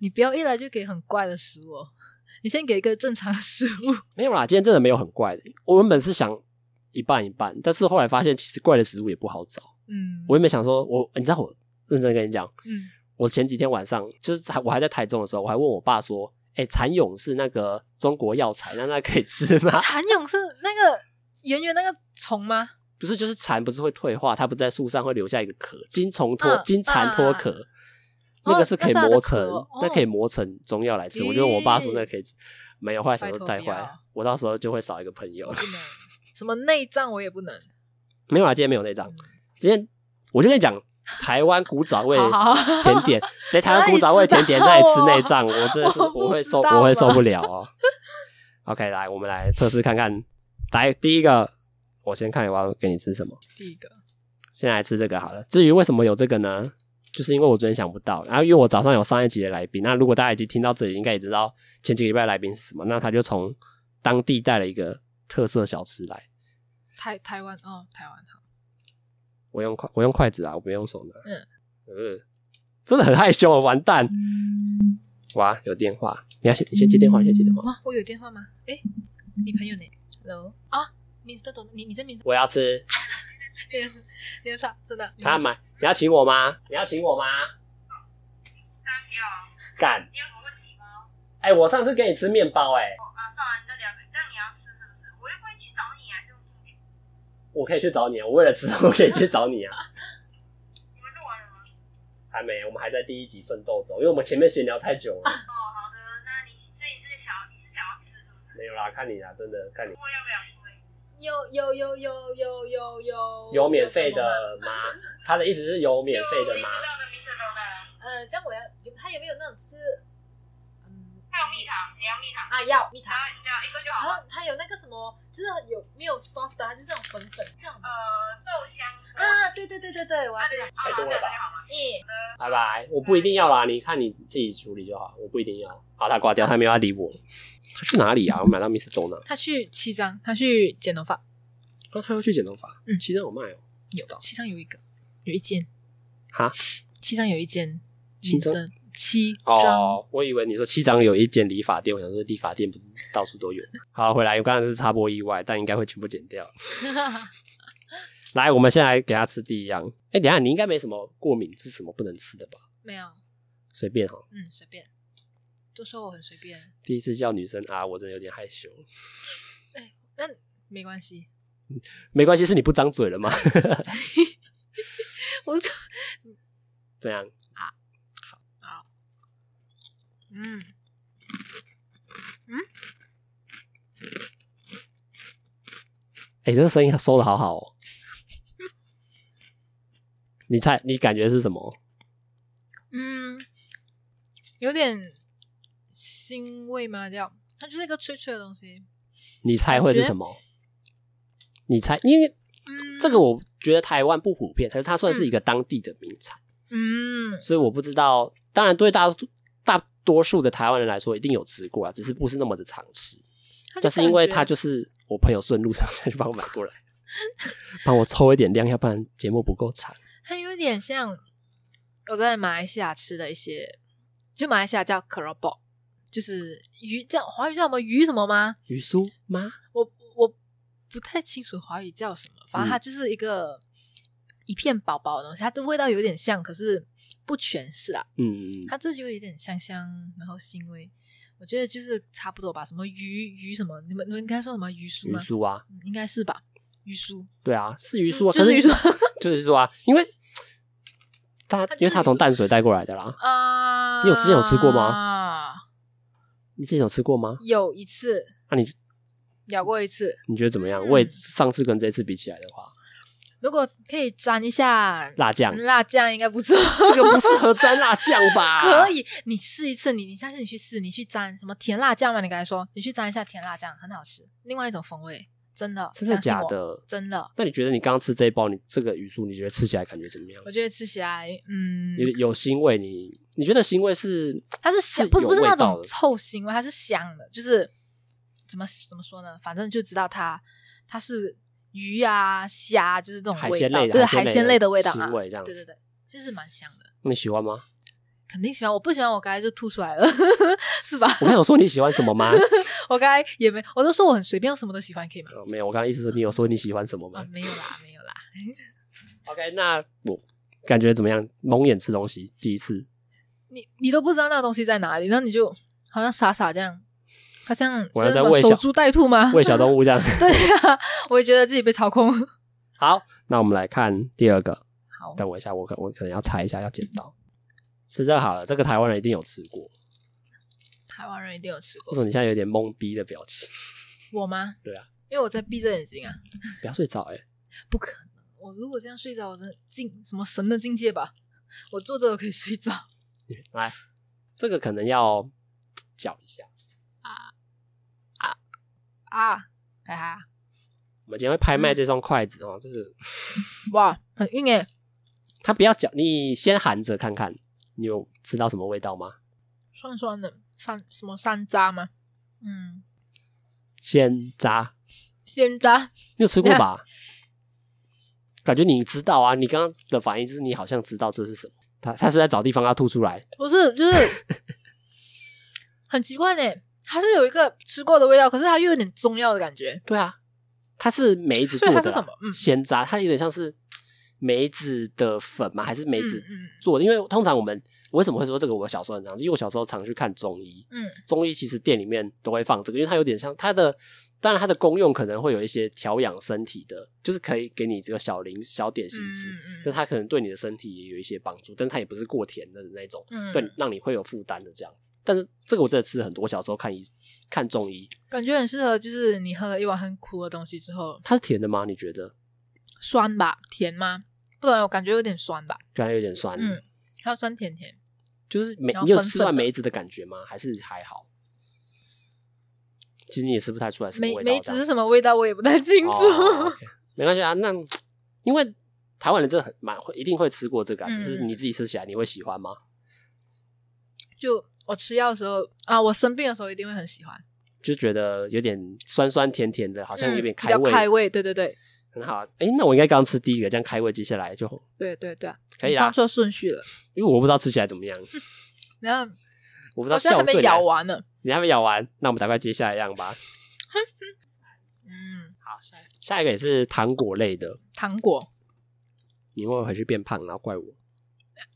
Speaker 2: 你不要一来就给很怪的食物、哦，你先给一个正常的食物。
Speaker 1: 没有啦，今天真的没有很怪的。我原本是想一半一半，但是后来发现其实怪的食物也不好找。
Speaker 2: 嗯，
Speaker 1: 我原本想说，我你知道我认真跟你讲，
Speaker 2: 嗯
Speaker 1: 我前几天晚上就是还我还在台中的时候，我还问我爸说：“哎、蚕蛹是那个中国药材，那那可以吃 吗
Speaker 2: 蚕蛹是那个圆圆那个虫吗？？”
Speaker 1: 不是，就是蚕不是会退化，它不在树上会留下一个壳，金虫脱
Speaker 2: 嗯
Speaker 1: 金蚕脱壳。那个是可以
Speaker 2: 那是它的
Speaker 1: 磨成，
Speaker 2: 壳哦
Speaker 1: 那可以磨成中药来吃。我就问我爸说
Speaker 2: 咦
Speaker 1: 那可以吃，没有。后来想
Speaker 2: 拜
Speaker 1: 说
Speaker 2: 托
Speaker 1: 再
Speaker 2: 不要
Speaker 1: 坏，我到时候就会少一个朋友
Speaker 2: 我。不能，什么内脏我也不能。
Speaker 1: 没有啦，今天没有那张
Speaker 2: 嗯。
Speaker 1: 今天我就跟你讲，台湾古早味
Speaker 2: 好好好
Speaker 1: 甜点，谁台湾
Speaker 2: 哪里
Speaker 1: 古早味
Speaker 2: 知道
Speaker 1: 甜点在吃
Speaker 2: 啊
Speaker 1: 内脏，我真的是
Speaker 2: 我不
Speaker 1: 我会
Speaker 2: 知
Speaker 1: 受
Speaker 2: 道吧
Speaker 1: 我会受不了哦。OK，来，我们来测试看看。来，第一个，我先看我要给你吃什么，
Speaker 2: 第一个，
Speaker 1: 先来吃这个好了。至于为什么有这个呢？就是因为我昨天想不到，啊然、后因为我早上有上一集的来宾，那如果大家已经听到这里，应该也知道前几个礼拜的来宾是什么，那他就从当地带了一个特色小吃来。
Speaker 2: 台台湾哦，台湾好，
Speaker 1: 我用筷我用筷子啊，我不用手拿。
Speaker 2: 嗯
Speaker 1: 嗯，真的很害羞，完蛋！哇，有电话，你要先你先接电话，你先接电话。
Speaker 2: 哇，我有电话吗？诶，你朋友呢？Hello 啊，Mr. 董，你你在 Mr.
Speaker 1: 我要吃，
Speaker 2: 你有啥？真的？你有
Speaker 1: 他
Speaker 2: 啥
Speaker 1: 买，你要请我吗？你要请我吗？
Speaker 3: 当然要，
Speaker 1: 干！
Speaker 3: 你有什么问题吗？
Speaker 1: 哎、我上次给你吃面包、哎，
Speaker 3: 啊，算了，你这两个，那你要吃是不是？我又不会去找你啊，这种东西。
Speaker 1: 我可以去找你，啊，我为了吃， 我可以去找你啊。
Speaker 3: 你们录完了吗？
Speaker 1: 还没，我们还在第一集奋斗中，因为我们前面闲聊太久了。
Speaker 3: 哦，好的，那你所以你是想你是想要吃
Speaker 1: 没有啦，看你啦，啊真的看你
Speaker 3: 我有两回，
Speaker 2: 有有有有有有有
Speaker 1: 有免费
Speaker 2: 什么吗
Speaker 1: 的吗？他的意思是有免费的吗？
Speaker 3: 我一直到的名字都在。
Speaker 2: 呃，这样我要有他有没有那种就是嗯
Speaker 3: 还有蜜糖，你要蜜糖，
Speaker 2: 啊要蜜
Speaker 3: 然
Speaker 2: 糖，
Speaker 3: 后你只要一个就
Speaker 2: 然
Speaker 3: 好了。
Speaker 2: 后他有那个什么就是有没有 soft 的、啊，就是那种粉粉这样的
Speaker 3: 呃，豆香，
Speaker 2: 啊，对对对对对，我要知道，
Speaker 1: 太多了吧
Speaker 3: 好吗？
Speaker 2: 咦、
Speaker 1: 拜拜，我不一定要啦，你看你自己处理就好，我不一定要。好，他挂掉，他没有要理我。他去哪里啊？我买 到 Mr. Dona，
Speaker 2: 他去七张，他去剪头发，
Speaker 1: 啊，他要去剪头发，
Speaker 2: 嗯
Speaker 1: 西藏有卖哦、
Speaker 2: 有七张有一个，有一间，
Speaker 1: 哈，
Speaker 2: 七张有一间，
Speaker 1: 七张
Speaker 2: 的七张，
Speaker 1: 哦，我以为你说七张有一间理发店，我想说理发店不是到处都 有。好，回来，我刚才是插播意外，但应该会全部剪掉。来，我们先来给他吃第一样。哎、等一下你应该没什么过敏，是什么不能吃的吧？
Speaker 2: 没有，
Speaker 1: 随便哈。
Speaker 2: 嗯，随便，都说我很随便，
Speaker 1: 第一次叫女生啊，我真的有点害羞。
Speaker 2: 那没关系，
Speaker 1: 没关系，是你不张嘴 了吗？
Speaker 2: 我
Speaker 1: 怎样？
Speaker 2: 嗯，
Speaker 1: 哎、这个声音收的好好哦、你猜，你感觉是什么？
Speaker 2: 嗯，有点腥味吗？这样，它就是一个脆脆的东西。
Speaker 1: 你猜会是什么？你猜，因为
Speaker 2: 嗯，
Speaker 1: 这个，我觉得台湾不普遍，但是它算是一个当地的名产，
Speaker 2: 嗯
Speaker 1: 所以我不知道。当然，对大多大多数的台湾人来说，一定有吃过啊，只是不是那么的常吃。
Speaker 2: 它就
Speaker 1: 但是因为
Speaker 2: 感觉
Speaker 1: 它就是我朋友顺路 上才去帮我买过来，帮我抽一点量，要不然节目不够长。
Speaker 2: 它有点像我在马来西亚吃的一些，就马来西亚叫 k e r o b o 就是鱼，叫华语叫什么鱼什么吗？
Speaker 1: 鱼酥吗？
Speaker 2: 我我不太清楚华语叫什么，
Speaker 1: 嗯
Speaker 2: 反正它就是一个一片薄薄的东西，它的味道有点像，可是不全是啊。
Speaker 1: 嗯，
Speaker 2: 它这就有点香香，然后腥味，我觉得就是差不多吧。什么鱼鱼什么，你们你们应该说什么鱼酥
Speaker 1: 鱼
Speaker 2: 吗？
Speaker 1: 酥啊，
Speaker 2: 嗯应该是吧，鱼酥。
Speaker 1: 对啊，是鱼酥啊，
Speaker 2: 嗯就
Speaker 1: 可
Speaker 2: 是鱼酥，
Speaker 1: 就是说啊，因为它
Speaker 2: 它就是
Speaker 1: 因为它从
Speaker 2: 鱼酥
Speaker 1: 淡水带过来的啦。
Speaker 2: 啊
Speaker 1: 你有之前有吃过
Speaker 2: 吗？
Speaker 1: 你之前有吃过吗？
Speaker 2: 有一次
Speaker 1: 那、你
Speaker 2: 咬过一次，
Speaker 1: 你觉得怎么样？
Speaker 2: 嗯
Speaker 1: 味上次跟这次比起来的话，
Speaker 2: 如果可以沾一下
Speaker 1: 辣酱
Speaker 2: 辣酱，应该不错。
Speaker 1: 这 个不啊适合沾辣酱吧？
Speaker 2: 可以，啊你试一次，你你下次你去试，你去沾什么甜辣酱嘛？你刚才说你去沾一下甜辣酱，很好吃，另外一种风味，真的，
Speaker 1: 真的
Speaker 2: 相信
Speaker 1: 假
Speaker 2: 我？
Speaker 1: 的？
Speaker 2: 真的，
Speaker 1: 那你觉得你刚刚吃这一包，你这个鱼酥，你觉得吃起来感觉怎么样
Speaker 2: 我？觉得吃起来，嗯，
Speaker 1: 有有腥味你，你觉得腥味是
Speaker 2: 它是
Speaker 1: 是
Speaker 2: 香，不是
Speaker 1: 有
Speaker 2: 不是
Speaker 1: 味
Speaker 2: 那
Speaker 1: 道
Speaker 2: 种
Speaker 1: 的
Speaker 2: 臭腥味，它是香的，就是怎么怎么说呢？反正就知道它它是鱼啊、虾，就是这种
Speaker 1: 海
Speaker 2: 味
Speaker 1: 鲜
Speaker 2: 道，
Speaker 1: 类的
Speaker 2: 对
Speaker 1: 海鲜类
Speaker 2: 鲜
Speaker 1: 的
Speaker 2: 类的味道啊，
Speaker 1: 腥味这样
Speaker 2: 对
Speaker 1: 子
Speaker 2: 对对，就是蛮香的，
Speaker 1: 你喜欢吗？
Speaker 2: 肯定喜欢。我不喜欢，我刚才就吐出来了， 是吧？
Speaker 1: 我刚有说你喜欢什么吗？
Speaker 2: 我刚才也没，我都说我很随便，我什么都喜欢，可以吗？
Speaker 1: 哦没有，我刚刚意思说你有说你喜欢什么
Speaker 2: 啊
Speaker 1: 吗，
Speaker 2: 没有啦，没有啦，
Speaker 1: ？OK，那我感觉怎么样？蒙眼吃东西，第一次
Speaker 2: 你你都不知道那个东西在哪里，然后你就好像傻傻这样，他这样
Speaker 1: 我要
Speaker 2: 那
Speaker 1: 在
Speaker 2: 什么
Speaker 1: 喂
Speaker 2: 守
Speaker 1: 小
Speaker 2: 株待兔吗？
Speaker 1: 喂小动物这样。
Speaker 2: 对啊，我也觉得自己被操控。
Speaker 1: 好，那我们来看第二个。
Speaker 2: 好，
Speaker 1: 等我一下，我可我可能要猜一下，要剪刀。吃这个好了，这个台湾人一定有吃过。
Speaker 2: 台湾人一定有吃过
Speaker 1: 为什。么你现在有点懵逼的表情？
Speaker 2: 我吗？
Speaker 1: 对啊，
Speaker 2: 因为我在闭着眼睛啊，
Speaker 1: 不要睡着哎、
Speaker 2: 不可能。我如果这样睡着，我真的境什么神的境界吧？我坐着都可以睡着。
Speaker 1: 来，这个可能要搅一下。
Speaker 2: 啊，哈哈，
Speaker 1: 我们今天会拍卖这双筷子
Speaker 2: 嗯
Speaker 1: 哦，就是
Speaker 2: 哇，很硬欸诶、
Speaker 1: 它不要搅，你先含着看看，你有吃到什么味道吗？
Speaker 2: 酸酸的，山什么山楂吗？嗯，
Speaker 1: 鲜渣，
Speaker 2: 鲜楂。
Speaker 1: 你有吃过吧？ 感觉你知道啊，你刚刚的反应就是你好像知道这是什么。他他是不是在找地方要吐出来？
Speaker 2: 不是， 就是很奇怪呢、它是有一个吃过的味道，可是它又有点中药的感觉。
Speaker 1: 对啊，它是梅子
Speaker 2: 所以
Speaker 1: 做的啦，
Speaker 2: 它是什么嗯
Speaker 1: 鲜渣，它有点像是梅子的粉吗？还是梅子
Speaker 2: 嗯
Speaker 1: 做的？因为通常我们我为什么会说这个？我小时候很常吃，因为我小时候常去看中医，
Speaker 2: 嗯
Speaker 1: 中医其实店里面都会放这个，因为它有点像它的，当然它的功用可能会有一些调养身体的，就是可以给你这个小零小点心吃，
Speaker 2: 嗯
Speaker 1: 但它可能对你的身体也有一些帮助，但它也不是过甜的那种。
Speaker 2: 嗯，
Speaker 1: 对，让你会有负担的这样子。但是这个我真的吃很多，我小时候看医看中医，
Speaker 2: 感觉很适合，就是你喝了一碗很苦的东西之后，
Speaker 1: 它是甜的吗？你觉得？
Speaker 2: 酸吧，甜吗？不然我感觉有点酸吧，
Speaker 1: 感觉有点酸，
Speaker 2: 嗯，它酸甜甜，
Speaker 1: 就是梅
Speaker 2: 然，后
Speaker 1: 你有
Speaker 2: 粉
Speaker 1: 吃
Speaker 2: 粉
Speaker 1: 出来
Speaker 2: 的
Speaker 1: 梅子的感觉吗？还是还好？其实你也吃不太出来什么
Speaker 2: 梅
Speaker 1: 味道这
Speaker 2: 梅
Speaker 1: 样，
Speaker 2: 子是什么味道我也不太清楚，
Speaker 1: 哦 OK 没关系啊。那因为台湾人真的很蛮会，一定会吃过这个、啊，只是
Speaker 2: 嗯
Speaker 1: 你自己吃起来你会喜欢吗？
Speaker 2: 就我吃药的时候啊，我生病的时候一定会很喜欢，
Speaker 1: 就觉得有点酸酸甜甜的，好像有
Speaker 2: 嗯
Speaker 1: 点
Speaker 2: 比
Speaker 1: 开
Speaker 2: 较
Speaker 1: 胃，
Speaker 2: 开胃，对对对
Speaker 1: 很好啊。哎、那我应该刚吃第一个，这样开胃，接下来就
Speaker 2: 对对对啊，
Speaker 1: 可以
Speaker 2: 你
Speaker 1: 啦
Speaker 2: 放。错顺序了，
Speaker 1: 因为我不知道吃起来怎么样，
Speaker 2: 然后
Speaker 1: 我不知道
Speaker 2: 好像
Speaker 1: 效
Speaker 2: 还
Speaker 1: 对
Speaker 2: 没
Speaker 1: 你来
Speaker 2: 咬
Speaker 1: 说
Speaker 2: 完呢，
Speaker 1: 你还没咬完，那我们赶快接下来一样吧。
Speaker 2: 嗯，
Speaker 1: 好，下下一个也是糖果类的，
Speaker 2: 糖果
Speaker 1: 你会不会回去变胖，然后怪我？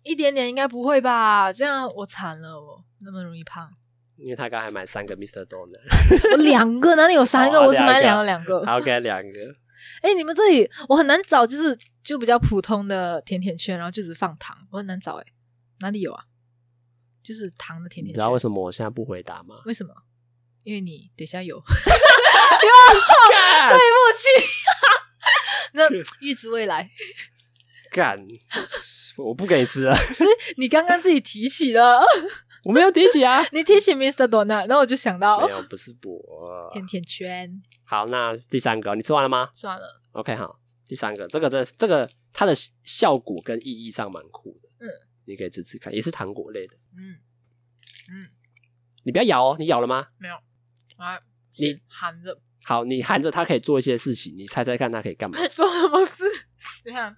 Speaker 2: 一点点应该不会吧？这样我惨了，我那么容易胖，
Speaker 1: 因为他刚才买三个 Mr. Donut，
Speaker 2: 我两个哪里有三
Speaker 1: 哦
Speaker 2: 个？我只买
Speaker 1: 两
Speaker 2: 两
Speaker 1: 个
Speaker 2: 个两个，
Speaker 1: 还要给他两个。
Speaker 2: 哎、你们这里我很难找，就是就比较普通的甜甜圈，然后就只放糖，我很难找哎、哪里有啊？就是糖的甜
Speaker 1: 你哦
Speaker 2: 甜
Speaker 1: 知
Speaker 2: 圈，
Speaker 1: 道为什么我现在不回答吗？
Speaker 2: 为什么？因为你等一下 有，
Speaker 1: 干
Speaker 2: 对不起。 那预知未来，
Speaker 1: 干，我不给你吃了，
Speaker 2: 所以你刚刚自己提起的，
Speaker 1: 我没有提起啊。
Speaker 2: 你提起 Mr. Donut，然后我就想到哦
Speaker 1: 没有，不是我。
Speaker 2: 甜甜圈，
Speaker 1: 好，那第三个你吃完了吗
Speaker 2: 算了，
Speaker 1: ？OK，好，第三个这个真的是这个它的效果跟意义上蛮酷的，
Speaker 2: 嗯，
Speaker 1: 你可以吃吃看，也是糖果类的。
Speaker 2: 嗯嗯，
Speaker 1: 你不要咬哦，你咬了吗？
Speaker 2: 没有，啊，
Speaker 1: 你
Speaker 2: 含着
Speaker 1: 好，你含着它可以做一些事情，你猜猜看它可以干嘛？
Speaker 2: 做什么事？你看，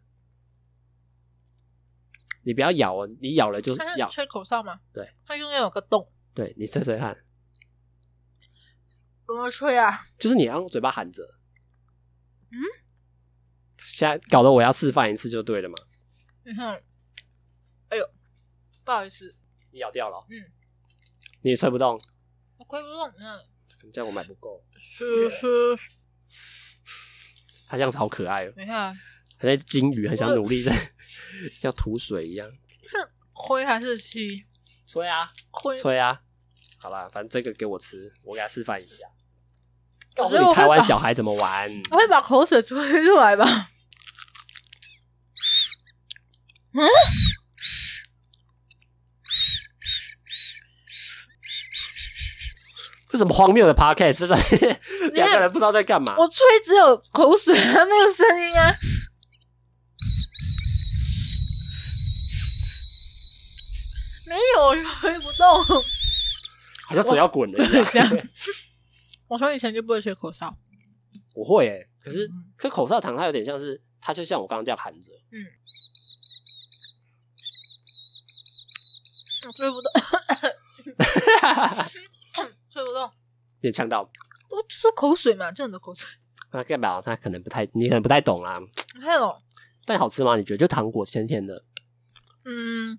Speaker 1: 你不要咬哦，你咬了就
Speaker 2: 它是
Speaker 1: 咬。
Speaker 2: 吹口哨吗？
Speaker 1: 对，
Speaker 2: 它中间有个洞，
Speaker 1: 对你猜猜看，
Speaker 2: 怎么吹啊？
Speaker 1: 就是你要用嘴巴含着。
Speaker 2: 嗯，
Speaker 1: 现在搞得我要示范一次就对了嘛。
Speaker 2: 你看，哎呦，不好意思，
Speaker 1: 你咬掉了哦、
Speaker 2: 嗯
Speaker 1: 你也吹不动，
Speaker 2: 我快不动，嗯，
Speaker 1: 这样我买不够。
Speaker 2: 是是，
Speaker 1: 它这样子好可爱哦，
Speaker 2: 等一下，
Speaker 1: 好像一只金鱼，很想努力在 像吐水一样。
Speaker 2: 亏还是吸？
Speaker 1: 吹啊，
Speaker 2: 亏，
Speaker 1: 吹啊！好啦，反正这个给我吃，我给他示范一下，告
Speaker 2: 我
Speaker 1: 诉
Speaker 2: 觉得我
Speaker 1: 你
Speaker 2: 会
Speaker 1: 台湾
Speaker 2: 把
Speaker 1: 小孩怎么玩。
Speaker 2: 我会把口水吹出来吧？嗯，
Speaker 1: 这什么荒谬的 podcast？这是
Speaker 2: 你
Speaker 1: 两个
Speaker 2: 看
Speaker 1: 人不知道在干嘛。
Speaker 2: 我吹只有口水啊， 没有声音啊。没有，我吹不动。
Speaker 1: 好像水要滚了一样。
Speaker 2: 这样我从以前就不会吹口哨。
Speaker 1: 我会诶、可是
Speaker 2: 嗯
Speaker 1: 可口哨糖它有点像是，它就像我刚刚这样含着，
Speaker 2: 我吹不动， 吹不动。
Speaker 1: 有点呛到。
Speaker 2: 我就说口水嘛，就很多口水。
Speaker 1: 那代表它可能不太，你可能不太懂啦。
Speaker 2: 还有，
Speaker 1: 但好吃吗？你觉得？就糖果甜甜 的，
Speaker 2: 嗯，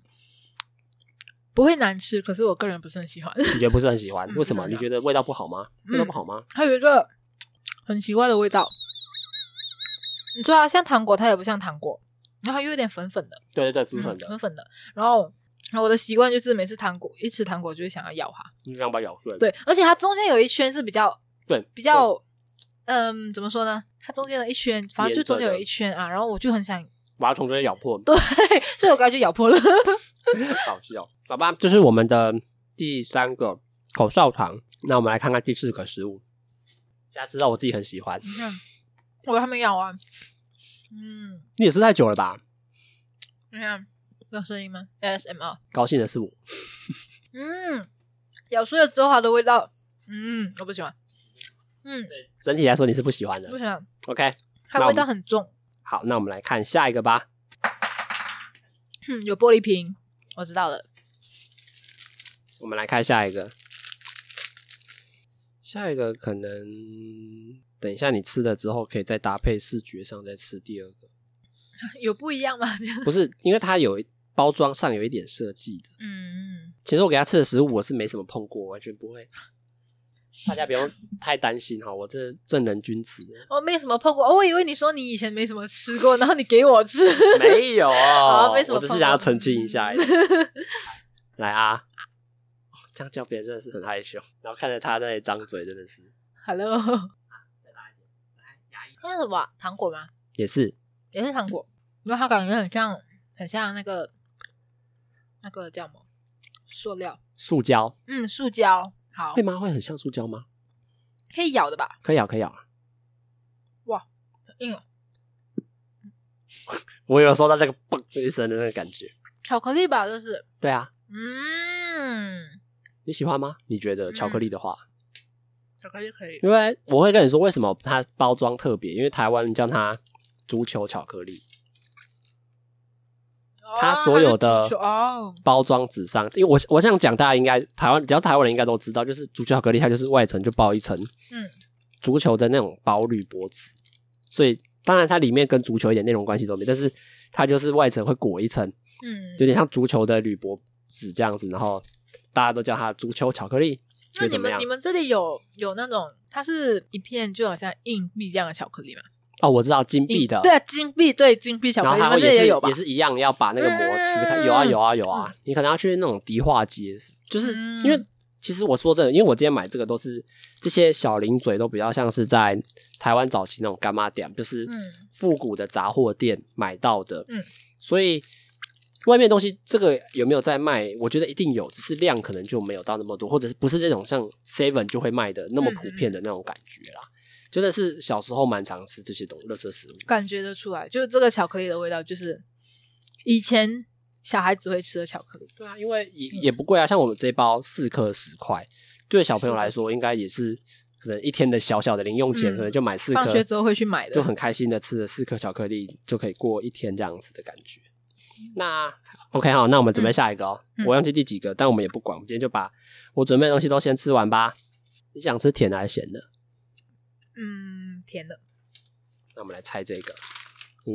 Speaker 2: 不会难吃，可是我个人不是很喜欢。
Speaker 1: 你觉得不是很喜欢？
Speaker 2: 嗯
Speaker 1: 为什么？你
Speaker 2: 不是很喜欢
Speaker 1: 觉得味道不好吗？
Speaker 2: 嗯
Speaker 1: 味道不好吗？
Speaker 2: 它有一个很奇怪的味道，你说它像糖果，它也不像糖果，然后它又有点粉粉的，
Speaker 1: 对对对，不是很
Speaker 2: 嗯
Speaker 1: 的，
Speaker 2: 粉粉的。然后我的习惯就是每次糖果一吃糖果就会想要咬它，
Speaker 1: 你刚把它咬碎。
Speaker 2: 对，而且它中间有一圈是比较
Speaker 1: 对，
Speaker 2: 比较，嗯，怎么说呢？它中间的一圈，反正就中间有一圈啊，然后我就很想，
Speaker 1: 把它从中间咬破，
Speaker 2: 对，所以我刚才就咬破了。
Speaker 1: 好吃哦。好吧，这是我们的第三个口哨糖。那我们来看看第四个食物。大家知道我自己很喜欢，
Speaker 2: 你看， 我还没咬完。嗯，
Speaker 1: 你也吃太久了吧？
Speaker 2: 你看，有声音吗？ASMR。
Speaker 1: 高兴的是我，
Speaker 2: 嗯，咬碎了之后它的味道，嗯，我不喜欢。嗯，
Speaker 1: 整体来说你是不喜欢的
Speaker 2: 不。喜欢，
Speaker 1: OK，那
Speaker 2: 它的
Speaker 1: 我
Speaker 2: 味
Speaker 1: 们
Speaker 2: 道很重。
Speaker 1: 好，那我们来看下一个吧。
Speaker 2: 嗯，有玻璃瓶，我知道了。
Speaker 1: 我们来看下一个，下一个可能等一下你吃了之后，可以再搭配视觉上再吃第二个。
Speaker 2: 有不一样吗？
Speaker 1: 不是，因为它有包装上有一点设计的。
Speaker 2: 嗯，
Speaker 1: 其实我给他吃的食物我是没什么碰过，完全不会。大家不用太担心哈，我这正人君子
Speaker 2: 我、哦、没什么碰过，哦，我以为你说你以前没什么吃过，然后你给我吃，
Speaker 1: 没有，
Speaker 2: 好啊没什么
Speaker 1: 我只是想要澄清一下而已。来啊，这样叫别人真的是很害羞，然后看着他在那里张嘴，真的是
Speaker 2: Hello，它叫什么啊糖果吗？
Speaker 1: 也是
Speaker 2: 也是糖果，因为它感觉很像，很像那个那个叫什么塑料，
Speaker 1: 塑胶，
Speaker 2: 嗯，塑胶，好
Speaker 1: 会，吗？会很像塑胶吗？
Speaker 2: 可以咬的吧？
Speaker 1: 可以咬，可以啊咬。
Speaker 2: 很硬哦，
Speaker 1: 我有收到那个“嘣”一声的那个感觉。
Speaker 2: 巧克力吧，这是，
Speaker 1: 对啊，
Speaker 2: 嗯，
Speaker 1: 你喜欢吗？你觉得巧克力的话，
Speaker 2: 巧克力可以，
Speaker 1: 因为我会跟你说为什么它包装特别，因为台湾叫它足球巧克力，它所有的
Speaker 2: 哦，
Speaker 1: 包装纸上，因为我我想讲，大家应该台湾只要台湾人应该都知道，就是足球巧克力，它就是外层就包一层
Speaker 2: 嗯，
Speaker 1: 足球的那种薄铝箔纸，所以当然它里面跟足球一点内容关系都没，但是它就是外层会裹一层，
Speaker 2: 嗯，
Speaker 1: 有点像足球的铝箔纸这样子，然后大家都叫它足球巧克力，觉
Speaker 2: 那
Speaker 1: 得
Speaker 2: 你
Speaker 1: 怎么
Speaker 2: 们
Speaker 1: 样
Speaker 2: 你？们这里有有那种，它是一片就好像硬币这样的巧克力吗？
Speaker 1: 哦，我知道金
Speaker 2: 硬
Speaker 1: 币的，
Speaker 2: 对啊，金币对金币巧
Speaker 1: 然
Speaker 2: 克
Speaker 1: 后它
Speaker 2: 力，你们
Speaker 1: 会也
Speaker 2: 这里
Speaker 1: 是
Speaker 2: 有吧嗯
Speaker 1: 也？是一样要把那个膜撕开，有啊有啊有啊，你可能要去那种迪化街，就是
Speaker 2: 嗯
Speaker 1: 因为其实我说真的，因为我今天买这个都是这些小零嘴都比较像是在台湾早期那种干妈店，就是
Speaker 2: 嗯
Speaker 1: 复古的杂货店买到的，
Speaker 2: 嗯，
Speaker 1: 所以。外面的东西这个有没有在卖？我觉得一定有，只是量可能就没有到那么多，或者是不是这种像 Seven 就会卖的那么
Speaker 2: 嗯
Speaker 1: 普遍的那种感觉啦。真的是小时候蛮常吃这些东垃圾食物，
Speaker 2: 感觉得出来，就是这个巧克力的味道，就是以前小孩子会吃的巧克力。
Speaker 1: 对啊，因为也
Speaker 2: 嗯
Speaker 1: 也不贵啊，像我们这包四颗十块，对小朋友来说应该也是可能一天的小小的零用钱，
Speaker 2: 嗯
Speaker 1: 可能就买四颗，
Speaker 2: 放学之后会去买的
Speaker 1: 就很开心的吃了四颗巧克力，就可以过一天这样子的感觉。那 OK 好，那我们准备下一个哦，
Speaker 2: 嗯嗯嗯
Speaker 1: 我忘记第几个，但我们也不管，我们今天就把我准备的东西都先吃完吧。你想吃甜的还是咸的？
Speaker 2: 嗯，甜的。
Speaker 1: 那我们来猜这个。哦，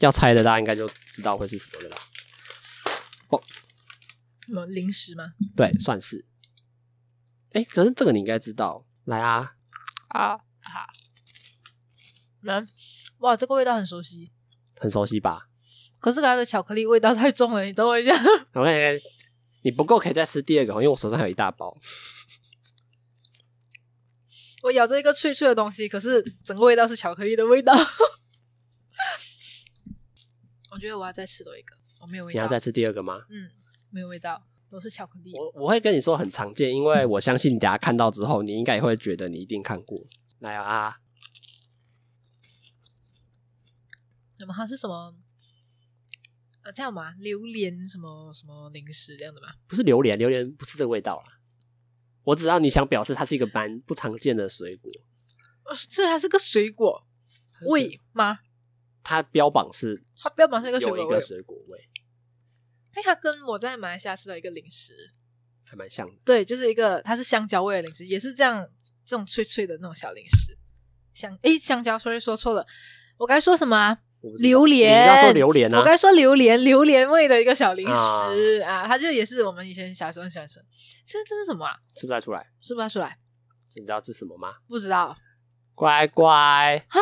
Speaker 1: 要猜的大家应该就知道会是什么了啦。
Speaker 2: 什么零食吗？
Speaker 1: 对，算是。哎、可是这个你应该知道，来啊，
Speaker 2: 啊啊！嗯，哇，这个味道很熟悉，
Speaker 1: 很熟悉吧
Speaker 2: 可是它的巧克力味道太重了，你等我一下。
Speaker 1: ？OK，你不够可以再吃第二个，因为我手上还有一大包。
Speaker 2: 我咬着一个脆脆的东西，可是整个味道是巧克力的味道。 我觉得我要再吃多一个，我没有味
Speaker 1: 你
Speaker 2: 道，
Speaker 1: 要再吃第二个吗？
Speaker 2: 嗯，没有味道，都是巧克力。
Speaker 1: 我我会跟你说很常见，因为我相信你等下看到之后，你应该也会觉得你一定看过。来啊，
Speaker 2: 什么？它是什么？呃，这样吗？榴莲什么什么零食这样的吗？
Speaker 1: 不是榴莲，榴莲不是这个味道啦。我只知道你想表示它是一个蛮不常见的水果，
Speaker 2: 哦，这还是个水果味吗？
Speaker 1: 它标榜是
Speaker 2: 它标榜是一个水
Speaker 1: 有
Speaker 2: 果
Speaker 1: 一
Speaker 2: 味
Speaker 1: 个，水果味，
Speaker 2: 因为它跟我在马来西亚吃的一个零食，
Speaker 1: 还蛮像的。
Speaker 2: 对，就是一个它是香蕉味的零食，也是这样这种脆脆的那种小零食。香诶，香蕉，sorry，说错了，我该说什么啊？
Speaker 1: 我不知道
Speaker 2: 榴莲，
Speaker 1: 你要说榴莲啊
Speaker 2: 我？该说榴莲，榴莲味的一个小零食啊它就也是我们以前小时候很喜欢吃的。这这是什么啊？
Speaker 1: 吃不太出来，
Speaker 2: 吃不出来，
Speaker 1: 你知道这是什么吗？
Speaker 2: 不知道。
Speaker 1: 乖乖
Speaker 2: 啊，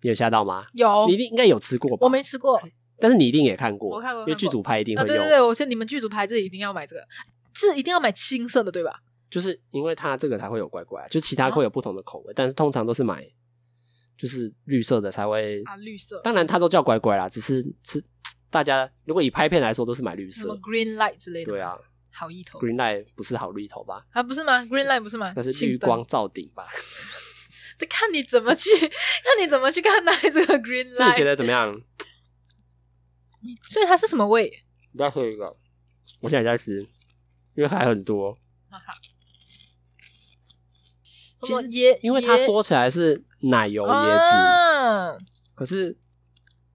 Speaker 1: 你有吓到吗？
Speaker 2: 有
Speaker 1: 你一，定应该有吃过吧？
Speaker 2: 哦我没吃过。
Speaker 1: 但是你一定也看过，
Speaker 2: 我看过
Speaker 1: 因为
Speaker 2: 看
Speaker 1: 剧
Speaker 2: 过
Speaker 1: 组拍一定
Speaker 2: 啊，
Speaker 1: 会
Speaker 2: 对
Speaker 1: 用，
Speaker 2: 对对，我觉得你们剧组拍这一定要买这个，是一定要买青色的对吧？
Speaker 1: 就是因为它这个才会有乖乖，就其他
Speaker 2: 啊
Speaker 1: 会有不同的口味，但是通常都是买就是绿色的才会。
Speaker 2: 啊，绿色，
Speaker 1: 当然，它都叫乖乖啦，只是吃大家如果以拍片来说，都是买绿
Speaker 2: 什么
Speaker 1: 色。
Speaker 2: green light 之类的，
Speaker 1: 对，啊
Speaker 2: 好意头
Speaker 1: ，Green Light 不是好绿头吧？
Speaker 2: 啊，不是吗？green light 不是吗？
Speaker 1: 那是
Speaker 2: 啊青
Speaker 1: 绿
Speaker 2: 灯
Speaker 1: 光，照顶 吧？
Speaker 2: 这看你怎么去， 看你怎么去看待这个 green
Speaker 1: 所以
Speaker 2: light。
Speaker 1: 你觉得怎么样？
Speaker 2: 所以它是什么味？
Speaker 1: 你再说一个，我现在也在吃，因为还很多。
Speaker 2: 哈哈，
Speaker 1: 其实
Speaker 2: 椰，
Speaker 1: 因为它
Speaker 2: 椰
Speaker 1: 说起来是奶油椰子，
Speaker 2: 啊，
Speaker 1: 可是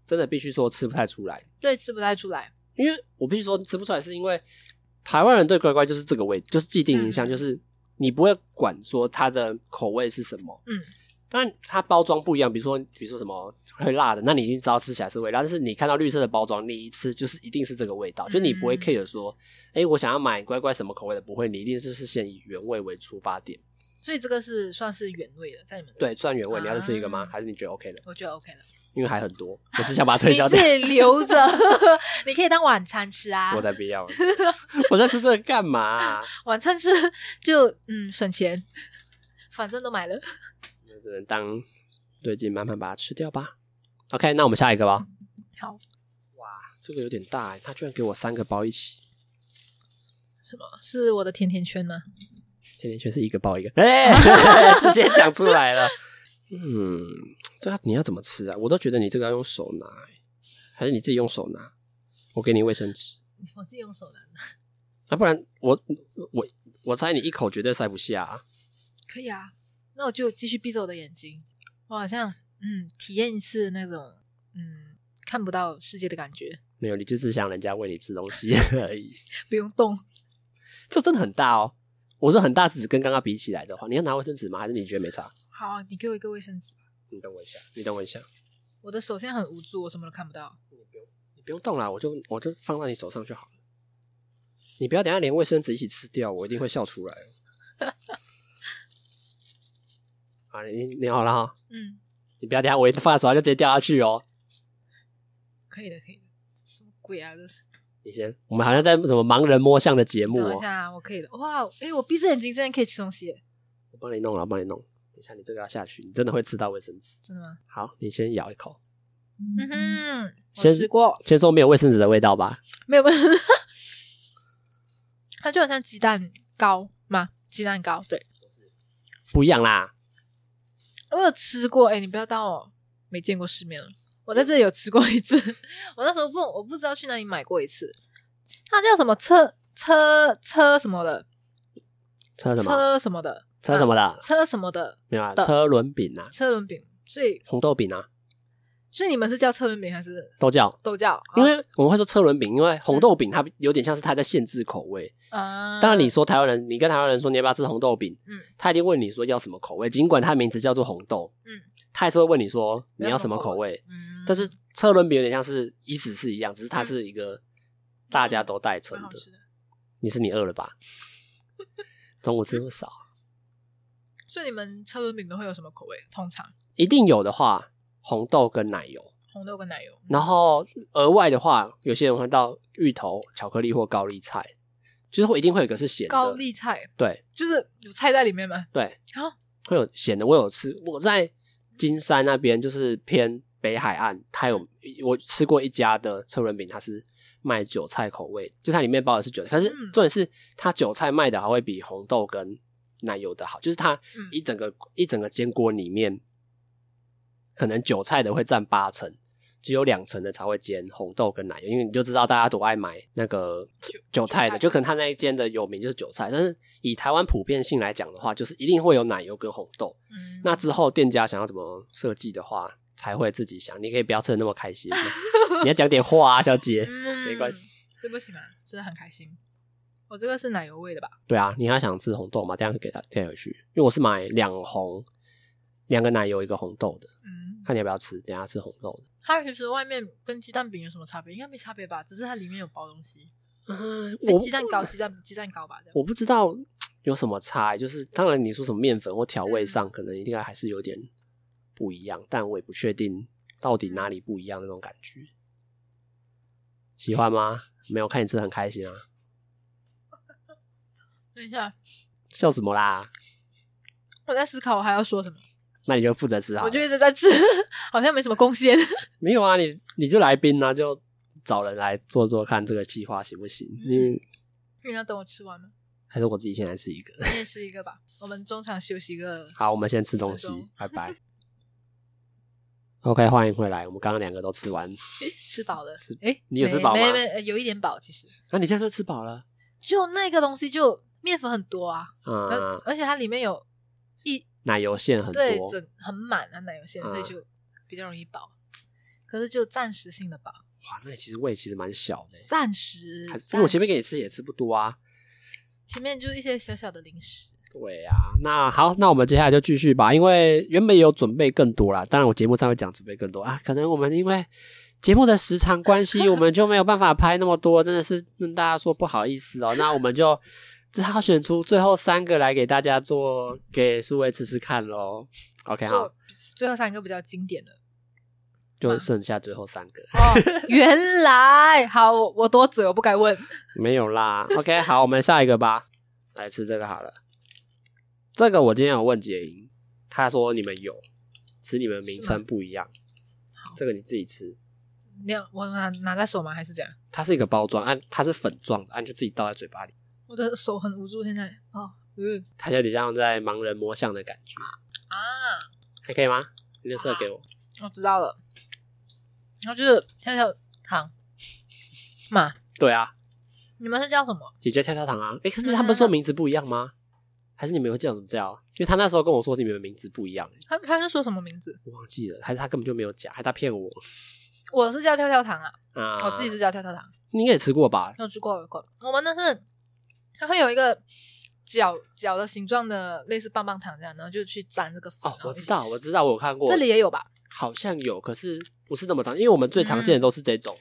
Speaker 1: 真的必须说吃不太出来，
Speaker 2: 对，吃不太出来，
Speaker 1: 因为我必须说吃不出来，是因为台湾人对乖乖就是这个味，就是既定印象，
Speaker 2: 嗯
Speaker 1: 就是你不会管说它的口味是什么，
Speaker 2: 嗯，
Speaker 1: 当然它包装不一样，比如说比如说什么会辣的，那你一定知道吃起来是味辣，但是你看到绿色的包装，你一吃就是一定是这个味道，就你不会
Speaker 2: 嗯
Speaker 1: care 说，哎、我想要买乖乖什么口味的，不会，你一定是是先以原味为出发点。
Speaker 2: 所以这个是算是原味的，在你们的
Speaker 1: 对，，算原味，你要再吃一个吗？
Speaker 2: 啊
Speaker 1: 还是你觉得 OK 的？
Speaker 2: 我觉得 OK 的，
Speaker 1: 因为还很多，我只想把它推
Speaker 2: 你
Speaker 1: 销
Speaker 2: 自
Speaker 1: 掉，
Speaker 2: 己留着， 你可以当晚餐吃啊
Speaker 1: 我。才不 要，我在吃这个干嘛啊、
Speaker 2: 晚餐吃 就嗯省钱， 反正都买了。
Speaker 1: 那只能当最近慢慢把它吃掉吧。OK，那我们下一个吧。
Speaker 2: 好，
Speaker 1: 这个有点大、欸，他居然给我三个包一起，
Speaker 2: 什么是我的甜甜圈吗？
Speaker 1: 甜甜圈是一个包一个， 哎、直接讲出来了。 嗯，这个你要怎么吃啊？我都觉得你这个要用手拿、欸还是你自己用手拿？我给你卫生纸
Speaker 2: 我自己用手拿的，
Speaker 1: 啊，不然我我我猜你一口绝对塞不下、啊。
Speaker 2: 可以啊。那我就继续闭着我的眼睛，我好像嗯体验一次那种嗯看不到世界的感觉，
Speaker 1: 没有，你就只想人家喂你吃东西 而已。
Speaker 2: 不用动。
Speaker 1: 这真的很大哦。我说很大，只跟刚刚比起来的话，你要拿卫生纸吗？还是你觉得没差？
Speaker 2: 好啊，你给我一个卫生纸吧。
Speaker 1: 你等我一下，你等我一下，
Speaker 2: 我的手现在很无助，我什么都看不到。
Speaker 1: 你不用动啦，我就我就放在你手上就好了。你不要等一下连卫生纸一起吃掉，我一定会笑出来哦。啊，你你好了哈，
Speaker 2: 嗯，
Speaker 1: 你不要等一下我一放在手上就直接掉下去哦。
Speaker 2: 可以的，可以的。什么鬼啊？这是
Speaker 1: 你先，我们好像在什么盲人摸象的节目
Speaker 2: 等我
Speaker 1: 哦
Speaker 2: 一。下啊，我可以的。哇，诶，我闭着眼睛真的可以吃东西耶，
Speaker 1: 我帮你弄了，我帮你弄。等一下你这个要下去，你真的会吃到卫生纸。
Speaker 2: 真的吗？
Speaker 1: 好，你先咬一口，
Speaker 2: 嗯哼，我
Speaker 1: 先
Speaker 2: 吃过，
Speaker 1: 先说没有卫生纸的味道吧。
Speaker 2: 没有没有，它就好像鸡蛋糕嘛，鸡蛋糕对，
Speaker 1: 不一样啦，
Speaker 2: 我有吃过，哎、你不要当我没见过世面了。我在这里有吃过一次，我那时候不我不知道去哪里买过一次，它叫什么车车车什么的，
Speaker 1: 车什么？
Speaker 2: 车什么的，
Speaker 1: 车什么的？
Speaker 2: 车什么的
Speaker 1: 没有啊，
Speaker 2: 的
Speaker 1: 车轮饼啊，
Speaker 2: 车轮饼，所以
Speaker 1: 红豆饼啊，
Speaker 2: 所以你们是叫车轮饼还是
Speaker 1: 都叫。
Speaker 2: 都叫？
Speaker 1: 因为我们会说车轮饼，因
Speaker 2: 嗯
Speaker 1: 为红豆饼它有点像是它在限制口味。
Speaker 2: 啊，
Speaker 1: 当然，你说台湾人，你跟台湾人说你要不要吃红豆饼，
Speaker 2: 嗯
Speaker 1: 他一定问你说要什么口味，尽管它名字叫做红豆，
Speaker 2: 嗯
Speaker 1: 他还是会问你说你
Speaker 2: 要
Speaker 1: 要
Speaker 2: 什
Speaker 1: 什么
Speaker 2: 么
Speaker 1: 口
Speaker 2: 口
Speaker 1: 味。
Speaker 2: 嗯
Speaker 1: 但是车轮饼有点像是意思是一样，只是它是一个大家都代称
Speaker 2: 蛮好
Speaker 1: 的。
Speaker 2: 吃的，
Speaker 1: 你是你饿了吧？中午吃不少，
Speaker 2: 所以你们车轮饼都会有什么口味？通常
Speaker 1: 一定有的话，红豆跟奶油。
Speaker 2: 红豆跟奶油，
Speaker 1: 然后额外的话，有些人会到芋头、巧克力或高丽菜，就是会一定会有一个是咸的，
Speaker 2: 高丽菜
Speaker 1: 对
Speaker 2: 就是有菜在里面吗？
Speaker 1: 对，
Speaker 2: 然后
Speaker 1: 会有咸的。我有吃，我在金山那边就是偏北海岸，它有我吃过一家的车轮饼，它是卖韭菜口味，就它里面包的是韭菜，可是
Speaker 2: 嗯
Speaker 1: 重点是它韭菜卖的还会比红豆跟奶油的好，就是它
Speaker 2: 嗯
Speaker 1: 一整个、一整个煎锅里面，可能韭菜的会占八成。只有两成的才会煎红豆跟奶油，因为你就知道大家都爱买那个韭韭菜的，
Speaker 2: 韭菜
Speaker 1: 就可能他那一间的有名就是韭菜，但是以台湾普遍性来讲的话，就是一定会有奶油跟红豆。
Speaker 2: 嗯，
Speaker 1: 那之后店家想要怎么设计的话，才会自己想。你可以不要吃的那么开心吗，你要讲点话啊，小姐。
Speaker 2: 嗯
Speaker 1: 没关系，
Speaker 2: 对不起嘛，真的很开心。我这个是奶油味的吧？
Speaker 1: 对啊，你还想吃红豆吗？这样给他带回去，因为我是买两红，两个奶油一个红豆的，
Speaker 2: 嗯，
Speaker 1: 看你要不要吃。等一下吃红豆
Speaker 2: 它其实外面跟鸡蛋饼有什么差别？应该没差别吧，只是它里面有包东西，
Speaker 1: 的。嗯，
Speaker 2: 跟
Speaker 1: 我
Speaker 2: 鸡蛋糕、鸡蛋鸡蛋糕吧，这样。
Speaker 1: 我不知道有什么差、欸就是当然你说什么面粉或调味上，可能应该还是有点不一样，但我也不确定到底哪里不一样那种感觉。喜欢吗？没有，看你吃得很开心啊，
Speaker 2: 等一下，
Speaker 1: 笑什么啦？
Speaker 2: 我在思考我还要说什么，
Speaker 1: 那你就负责吃好
Speaker 2: 我就
Speaker 1: 了。
Speaker 2: 一直在吃， 好像没什么贡献。
Speaker 1: 没有啊，你你就来宾啊，就找人来做做看这个计划行不行？你
Speaker 2: 你要等我吃完吗？
Speaker 1: 还是我自己先来吃一个。
Speaker 2: 你也吃一个吧，我们中场休息一个。
Speaker 1: 好，我们先吃东
Speaker 2: 那种
Speaker 1: 西，拜拜。OK，欢迎回来。我们刚刚两个都吃完，
Speaker 2: 吃饱了
Speaker 1: 吃，
Speaker 2: 哎，
Speaker 1: 你有吃
Speaker 2: 没
Speaker 1: 饱吗
Speaker 2: 没没，呃有一点饱，其实
Speaker 1: 那、你现在就吃饱了
Speaker 2: 就那个东西就面粉很多啊，
Speaker 1: 啊？
Speaker 2: 而而且它里面有一
Speaker 1: 奶油馅很
Speaker 2: 对，
Speaker 1: 多，
Speaker 2: 整很满啊奶油馅，所以
Speaker 1: 嗯
Speaker 2: 就比较容易饱。可是就暂时性的饱，
Speaker 1: 哇，那你其实胃其实蛮小的欸，
Speaker 2: 暂时
Speaker 1: 还。是因为我前面给你
Speaker 2: 暂时
Speaker 1: 吃也吃不多啊，
Speaker 2: 前面就是一些小小的零食。
Speaker 1: 对啊，那好，那我们接下来就继续吧，因为原本有准备更多啦，当然我节目上会讲准备更多啊，可能我们因为节目的时长关系，我们就没有办法拍那么多，真的是跟大家说不好意思哦。那我们就只好选出最后三个来给大家做给苏维吃吃看喽。OK，好
Speaker 2: 做，最后三个比较经典的
Speaker 1: 就剩下最后三个，
Speaker 2: 哦，原来好，我我多嘴，我不该问。
Speaker 1: 没有啦。OK，好， 我们下一个吧，来吃这个好了。这个我今天有问杰英，他说你们有，只是你们名
Speaker 2: 是
Speaker 1: 称
Speaker 2: 吗
Speaker 1: 不一样。这个你自己吃，
Speaker 2: 你要我拿拿在手吗？还是这样？
Speaker 1: 它是一个包装，按它是粉状的，按就自己倒在嘴巴里。
Speaker 2: 我的手很无助，现在哦，嗯
Speaker 1: 它有点像在盲人摸象的感觉，
Speaker 2: 啊，
Speaker 1: 还可以吗？你就射给我。
Speaker 2: 我知道了。然后就是跳跳糖 嘛，
Speaker 1: 对啊，
Speaker 2: 你们是叫什么？
Speaker 1: 姐姐跳跳糖啊。诶，可是他们说名字不一样吗？还是你们会叫怎么叫？因为他那时候跟我说你们的名字不一样、诶
Speaker 2: 他他是说什么名字？
Speaker 1: 我忘记了，还是他根本就没有讲，还是他骗我
Speaker 2: 我是叫跳跳糖啊，
Speaker 1: 啊？
Speaker 2: 我自己是叫跳跳糖。
Speaker 1: 你应该也吃过吧？
Speaker 2: 有吃过，有吃过。我们那是它会有一个角角的形状的，类似棒棒糖这样，然后就去沾这个粉。
Speaker 1: 哦
Speaker 2: 然，后
Speaker 1: 我
Speaker 2: 一
Speaker 1: 知
Speaker 2: 起
Speaker 1: 道，
Speaker 2: 吃
Speaker 1: 我知道，我有看过。
Speaker 2: 这里也有吧？
Speaker 1: 好像有，可是不是那么常，因为我们最
Speaker 2: 嗯
Speaker 1: 常见的都是这种，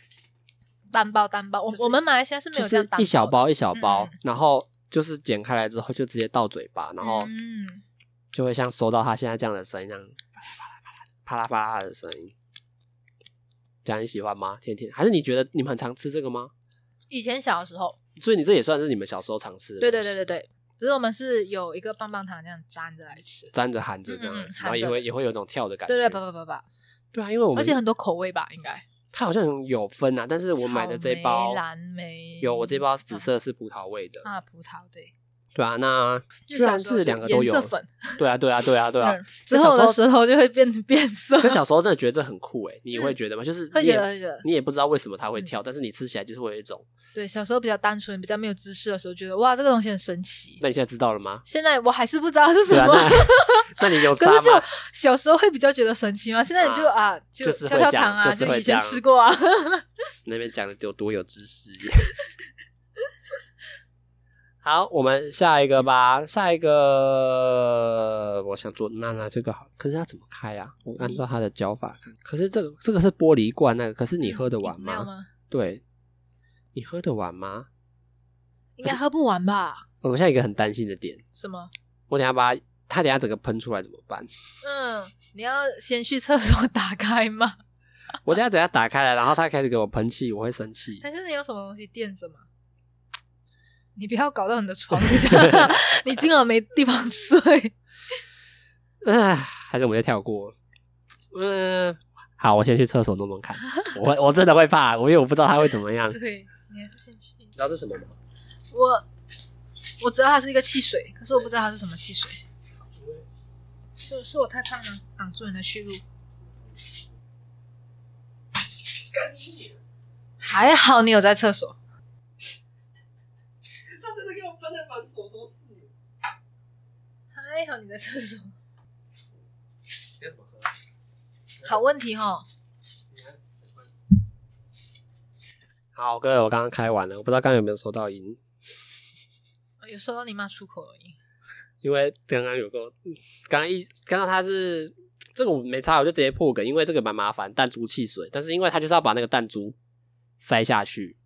Speaker 2: 单包单包，我、
Speaker 1: 就是
Speaker 2: 我们马来西亚是没
Speaker 1: 就
Speaker 2: 有这样
Speaker 1: 是
Speaker 2: 单
Speaker 1: 一小
Speaker 2: 包
Speaker 1: 包一小包，
Speaker 2: 嗯
Speaker 1: 然后就是剪开来之后就直接到嘴巴，
Speaker 2: 的，
Speaker 1: 然后
Speaker 2: 嗯，
Speaker 1: 就会像收到他现在这样的声音，这样啪啦啪啦啪啦啪啦啪啦的声音。这样你喜欢吗？天天还是你觉得你们很常吃这个吗？
Speaker 2: 以前小的时候，
Speaker 1: 所以你这也算是你们小时候常吃的，
Speaker 2: 对对对，对对，只是我们是有一个棒棒糖这样粘着来吃，
Speaker 1: 沾着含着这样
Speaker 2: 嗯嗯嗯
Speaker 1: 子，
Speaker 2: 含
Speaker 1: 然后也
Speaker 2: 着
Speaker 1: 会也会有一种跳的感觉，
Speaker 2: 对对，不不不不，
Speaker 1: 对啊，因为我们
Speaker 2: 而且很多口味吧，应该。
Speaker 1: 它好像有分啊，但是我买的这一
Speaker 2: 草
Speaker 1: 包
Speaker 2: 莓蓝莓
Speaker 1: 有我这包紫色是葡萄味的，
Speaker 2: 啊，葡萄对，
Speaker 1: 对啊，那
Speaker 2: 就
Speaker 1: 虽然
Speaker 2: 小时候
Speaker 1: 是
Speaker 2: 就
Speaker 1: 两个都有
Speaker 2: 颜色，粉，
Speaker 1: 对啊，对啊，对啊，对啊
Speaker 2: 嗯。之后我的舌头就会变 变色，
Speaker 1: 可小时候真的觉得这很酷诶、你会觉得吗？就是
Speaker 2: 嗯会
Speaker 1: 你也
Speaker 2: 觉得会觉得嗯
Speaker 1: 你也不知道为什么它会跳，但是你吃起来就是会有一种。
Speaker 2: 对，小时候比较单纯，比较没有知识的时候，觉得哇，这个东西很神奇。
Speaker 1: 那你现在知道了吗？
Speaker 2: 现在我还是不知道是
Speaker 1: 对
Speaker 2: 什
Speaker 1: 啊，
Speaker 2: 么，
Speaker 1: 那那你有
Speaker 2: 可
Speaker 1: 差
Speaker 2: 是就
Speaker 1: 吗？
Speaker 2: 小时候会比较觉得神奇嘛。现在你就啊，就
Speaker 1: 就是会
Speaker 2: 跳跳
Speaker 1: 这样
Speaker 2: 糖啊，
Speaker 1: 就是
Speaker 2: 就
Speaker 1: 会
Speaker 2: 以
Speaker 1: 这样
Speaker 2: 前吃过啊。
Speaker 1: 那边讲的有多有知识 一样。好，我们下一个吧。下一个，我想做娜娜这个好，可是它怎么开啊？我按照它的教法看。可是这个这个是玻璃罐那个，可是你喝得完
Speaker 2: 嗯饮料
Speaker 1: 吗？
Speaker 2: 吗？
Speaker 1: 对，你喝得完吗？
Speaker 2: 应该喝不完吧？
Speaker 1: 我现在有一个很担心的点，
Speaker 2: 什么？
Speaker 1: 我等一下把它它等一下整个喷出来怎么办？
Speaker 2: 嗯，你要先去厕所打开吗？
Speaker 1: 我等一下等一下打开来，然后它开始给我喷气，我会生气。
Speaker 2: 还是你有什么东西垫着吗？你不要搞到你的床 上，你今晚没地方睡。
Speaker 1: 唉，还是我们就跳过。嗯，好，我先去厕所弄弄看。我会我真的会怕，我因为我不知道它会怎么样。你
Speaker 2: 对，你还是先去。
Speaker 1: 知道这是什么吗？
Speaker 2: 我我知道它是一个汽水，可是我不知道它是什么汽水。是是我太胖了，挡住你的去路。还好你有在厕所。
Speaker 1: 他真的给我喷的满手都是。
Speaker 2: 还好你在厕所。
Speaker 1: 你要怎么啊喝？
Speaker 2: 好问题哦，
Speaker 1: 好，各位，我刚刚开完了，我不知道刚刚有没有收到音，
Speaker 2: 有时候你骂出口而已。
Speaker 1: 因为刚刚有个，刚刚一刚刚他是这个我没差，我就直接破梗，因为这个蛮麻烦，弹珠汽水，但是因为他就是要把那个弹珠塞下去，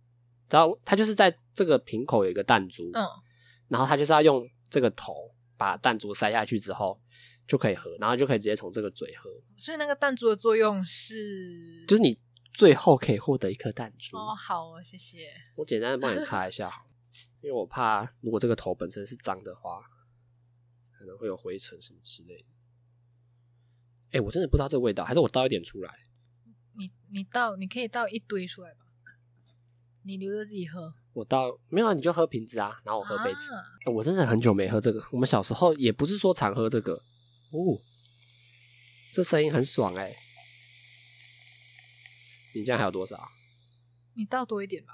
Speaker 1: 然后他就是在这个瓶口有一个弹珠，
Speaker 2: 嗯，
Speaker 1: 然后他就是要用这个头把弹珠塞下去之后就可以喝，然后就可以直接从这个嘴喝，
Speaker 2: 所以那个弹珠的作用是，
Speaker 1: 就是你最后可以获得一颗弹珠。
Speaker 2: 哦，好哦，谢谢。
Speaker 1: 我简单的帮你擦一下好了，因为我怕如果这个头本身是脏的话，可能会有灰尘什么之类的。哎、我真的不知道这个味道，还是我倒一点出来。
Speaker 2: 你你倒，你可以倒一堆出来吧，你留着自己喝。
Speaker 1: 我倒没有啊，你就喝瓶子啊，然后我喝杯子。
Speaker 2: 啊
Speaker 1: 欸我真的很久没喝这个，我们小时候也不是说常喝这个。哦，这声音很爽哎、你这样还有多少？啊
Speaker 2: 你倒多一点吧。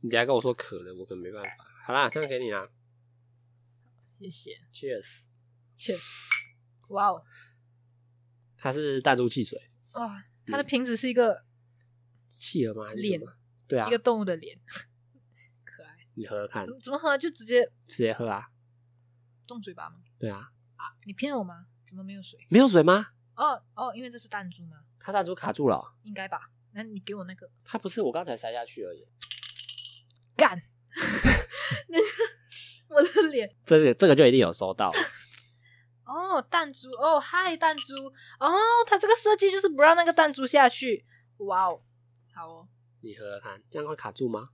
Speaker 1: 你等一下跟我说渴了，我可能没办法。好啦，这样给你啦
Speaker 2: 谢谢。
Speaker 1: ，Cheers。
Speaker 2: 切，哇哦，
Speaker 1: 它是弹珠汽水，嗯
Speaker 2: 哇，它的瓶子是一个
Speaker 1: 企鹅吗？还是什么
Speaker 2: 脸
Speaker 1: 对啊
Speaker 2: 一个，动物的脸，
Speaker 1: 你喝喝看
Speaker 2: 怎，么怎么喝就直接
Speaker 1: 直接喝啊，
Speaker 2: 动嘴巴吗？
Speaker 1: 对啊，
Speaker 2: 你骗我吗？怎么没有水？
Speaker 1: 没有水吗？
Speaker 2: 哦哦，因为这是弹珠吗？
Speaker 1: 它弹珠卡住了哦、
Speaker 2: 应该吧？那你给我那个
Speaker 1: 它不是我刚才塞下去而已。
Speaker 2: 干， 那我的脸
Speaker 1: 这个这个就一定有收 到，
Speaker 2: 哦，弹珠哦，嗨，弹珠哦，它这个设计就是不让那个弹珠下去。哇哦，好哦，
Speaker 1: 你喝喝看，这样会卡住吗？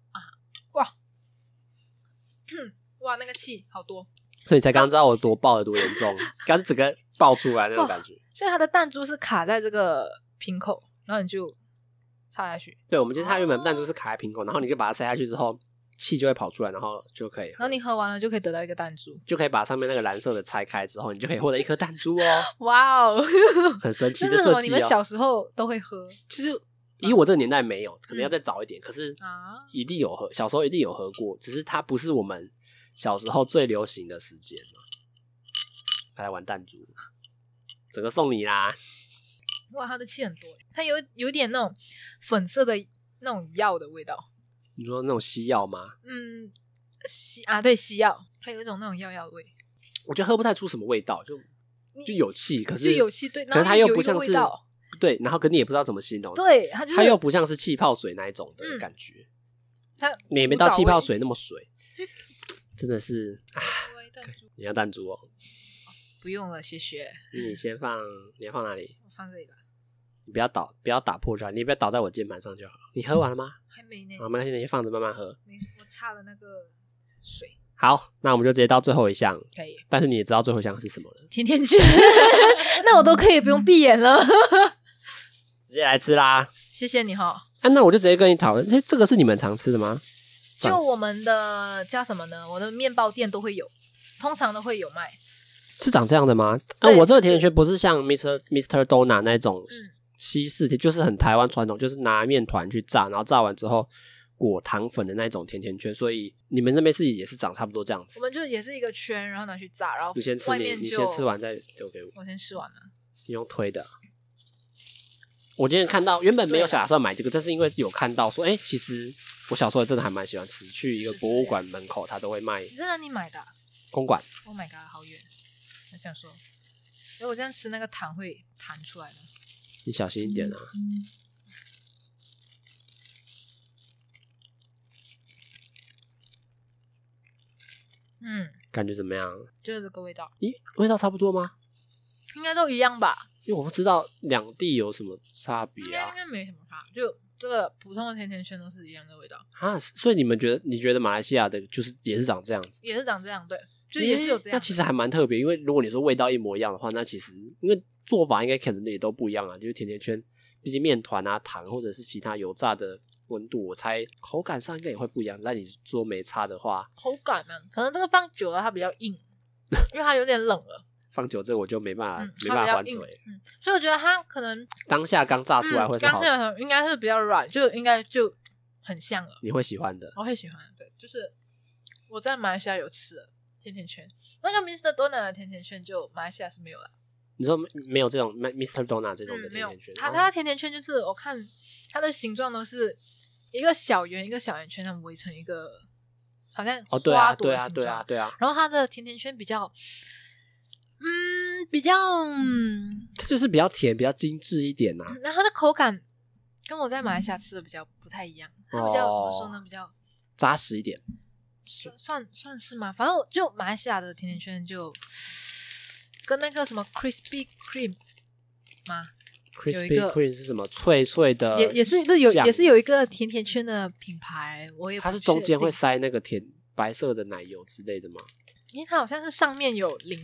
Speaker 2: 哇，那个气好多。
Speaker 1: 所以你才刚知道我多爆的多严 重，刚是整个爆出来那种感觉。
Speaker 2: 所以它的弹珠是卡在这个瓶口，然后你就插下去，
Speaker 1: 对，我们就是它原本弹珠是卡在瓶口，然后你就把它塞下去之后，气就会跑出来，然后就可以喝，
Speaker 2: 然后你喝完了就可以得到一个弹珠。
Speaker 1: 就可以把上面那个蓝色的拆开之后，你就可以获得一颗弹珠哦，
Speaker 2: 哇 哦，
Speaker 1: 很神奇
Speaker 2: 这
Speaker 1: 的
Speaker 2: 是什
Speaker 1: 设
Speaker 2: 么？你
Speaker 1: 计
Speaker 2: 们
Speaker 1: 哦。
Speaker 2: 小时候都会喝
Speaker 1: 其实以我这个年代没有，可能要再早一点，可是
Speaker 2: 嗯啊？
Speaker 1: 一定有喝，小时候一定有喝过，只是它不是我们小时候最流行的时间了。还来玩弹珠，整个送你啦！
Speaker 2: 哇，它的气很多，它有有点那种粉色的那种药的味道。
Speaker 1: 你说那种西药吗？
Speaker 2: 嗯，西啊，对，西药，它有一种那种药药味，
Speaker 1: 我觉得喝不太出什么味道，就就有气，可
Speaker 2: 就是有气对，
Speaker 1: 可是
Speaker 2: 然后
Speaker 1: 它又
Speaker 2: 有
Speaker 1: 不
Speaker 2: 一个
Speaker 1: 像
Speaker 2: 味
Speaker 1: 是
Speaker 2: 道，
Speaker 1: 对，然后可你也不知道怎么形容，
Speaker 2: 对，它就是
Speaker 1: 它又不像是气泡水那一种的
Speaker 2: 嗯
Speaker 1: 感觉，
Speaker 2: 它
Speaker 1: 你也没到气泡水那么水，真的是啊
Speaker 2: 弹珠
Speaker 1: 你要弹珠哦，
Speaker 2: 不用了，谢谢，
Speaker 1: 你先放，你要放哪里？
Speaker 2: 我放这里吧，
Speaker 1: 你不要倒，不要打破就好，你不要倒在我键盘上就好。你喝完了吗？
Speaker 2: 还没呢，
Speaker 1: 啊，没关系，你先放着慢慢喝。
Speaker 2: 没事，我擦了那个水，
Speaker 1: 好，那我们就直接到最后一项，
Speaker 2: 可以
Speaker 1: 但是你也知道最后一项是什么了，
Speaker 2: 甜甜圈， 那我都可以不用闭眼 了，
Speaker 1: 直接来吃啦。
Speaker 2: 谢谢你哈。
Speaker 1: 啊，那我就直接跟你讨论，这这个是你们常吃的吗？
Speaker 2: 就
Speaker 1: 转
Speaker 2: 我们的叫什么呢？我的面包店都会有，通常都会有卖。
Speaker 1: 是长这样的吗？
Speaker 2: 对
Speaker 1: 啊，我这个甜甜圈不是像 Mr. Mr. Dona 那种
Speaker 2: 嗯
Speaker 1: 西式甜，就是很台湾传统，就是拿面团去炸，然后炸完之后裹糖粉的那种甜甜圈。所以你们那边是也是长差不多这样
Speaker 2: 我
Speaker 1: 子。
Speaker 2: 们就也是一个圈，然后拿去炸，然后
Speaker 1: 你先吃
Speaker 2: 外
Speaker 1: 你，
Speaker 2: 面就
Speaker 1: 你先吃完再丢给我。
Speaker 2: 我先吃完了。
Speaker 1: 你用推的。我今天看到，原本没有
Speaker 2: 对啊
Speaker 1: 打算买这个，但是因为有看到说，哎、其实我小时候真的还蛮喜欢吃，去一个博物馆门口，它都会卖
Speaker 2: 你在哪里买的啊
Speaker 1: 公馆。
Speaker 2: ？Oh my god，好远！我想说，哎，我这样吃那个糖会弹出来吗？
Speaker 1: 你小心一点啊！
Speaker 2: 嗯，
Speaker 1: 感觉怎么样？
Speaker 2: 就是这个味道，
Speaker 1: 咦，味道差不多吗？
Speaker 2: 应该都一样吧？
Speaker 1: 因为我不知道两地有什么差
Speaker 2: 应
Speaker 1: 别
Speaker 2: 该应
Speaker 1: 啊
Speaker 2: 该没什么差，就这个普通的甜甜圈都是一样的味道，
Speaker 1: 啊！所以你们觉得，你觉得马来西亚的就是也是长这样子，
Speaker 2: 也是长这样，对，就也是有这
Speaker 1: 那
Speaker 2: 样。
Speaker 1: 其实还蛮特别，因为如果你说味道一模一样的话，那其实因为做法应该可能也都不一样啊，就是甜甜圈，毕竟面团啊、糖或者是其他油炸的温度，我猜口感上应该也会不一样。那你说没差的话，
Speaker 2: 口感呢、可能这个放久了它比较 硬，因为它有点冷了，
Speaker 1: 放久这我就没办法、
Speaker 2: 嗯，
Speaker 1: 没办
Speaker 2: 它比
Speaker 1: 法
Speaker 2: 较
Speaker 1: 还
Speaker 2: 硬
Speaker 1: 嘴。，
Speaker 2: 嗯，所以我觉得它可能嗯
Speaker 1: 当下刚炸出来会是
Speaker 2: 刚
Speaker 1: 好，
Speaker 2: 才很应该是比较软，就应该就很像了，
Speaker 1: 你会喜欢的。
Speaker 2: 我会喜欢。对，就是我在马来西亚有吃了甜甜圈，那个 Mr. Donut 的甜甜圈就马来西亚是没有了，
Speaker 1: 你说没有这种 Mr. Donut 这种的
Speaker 2: 嗯，没
Speaker 1: 甜
Speaker 2: 有
Speaker 1: 甜圈，，
Speaker 2: 它
Speaker 1: 哦
Speaker 2: 它的甜甜圈就是我看它的形状都是一个小圆一个小圆圈，它们围成一个好像
Speaker 1: 哦，对
Speaker 2: 花
Speaker 1: 啊，
Speaker 2: 朵
Speaker 1: 对
Speaker 2: 的
Speaker 1: 啊，
Speaker 2: 形
Speaker 1: 对
Speaker 2: 状
Speaker 1: 啊，，对啊，
Speaker 2: 然后它的甜甜圈比较，嗯，比较，嗯，
Speaker 1: 就是比较甜，比较精致一点呐、啊
Speaker 2: 然后它的口感跟我在马来西亚吃的比较不太一样，它比较、怎么说
Speaker 1: 哦
Speaker 2: 呢？比较
Speaker 1: 扎实一点。
Speaker 2: 算算算是嘛，反正我就马来西亚的甜甜圈就跟那个什么 crispy cream 嘛，有一
Speaker 1: Crispy
Speaker 2: 个
Speaker 1: Cream 是什么？脆脆的，
Speaker 2: 也也是不是有
Speaker 1: 呃酱
Speaker 2: 也是有一个甜甜圈的品牌，我也不
Speaker 1: 它是中
Speaker 2: 确
Speaker 1: 间会
Speaker 2: 定，
Speaker 1: 塞那个甜白色的奶油之类的吗？
Speaker 2: 因为它好像是上面有淋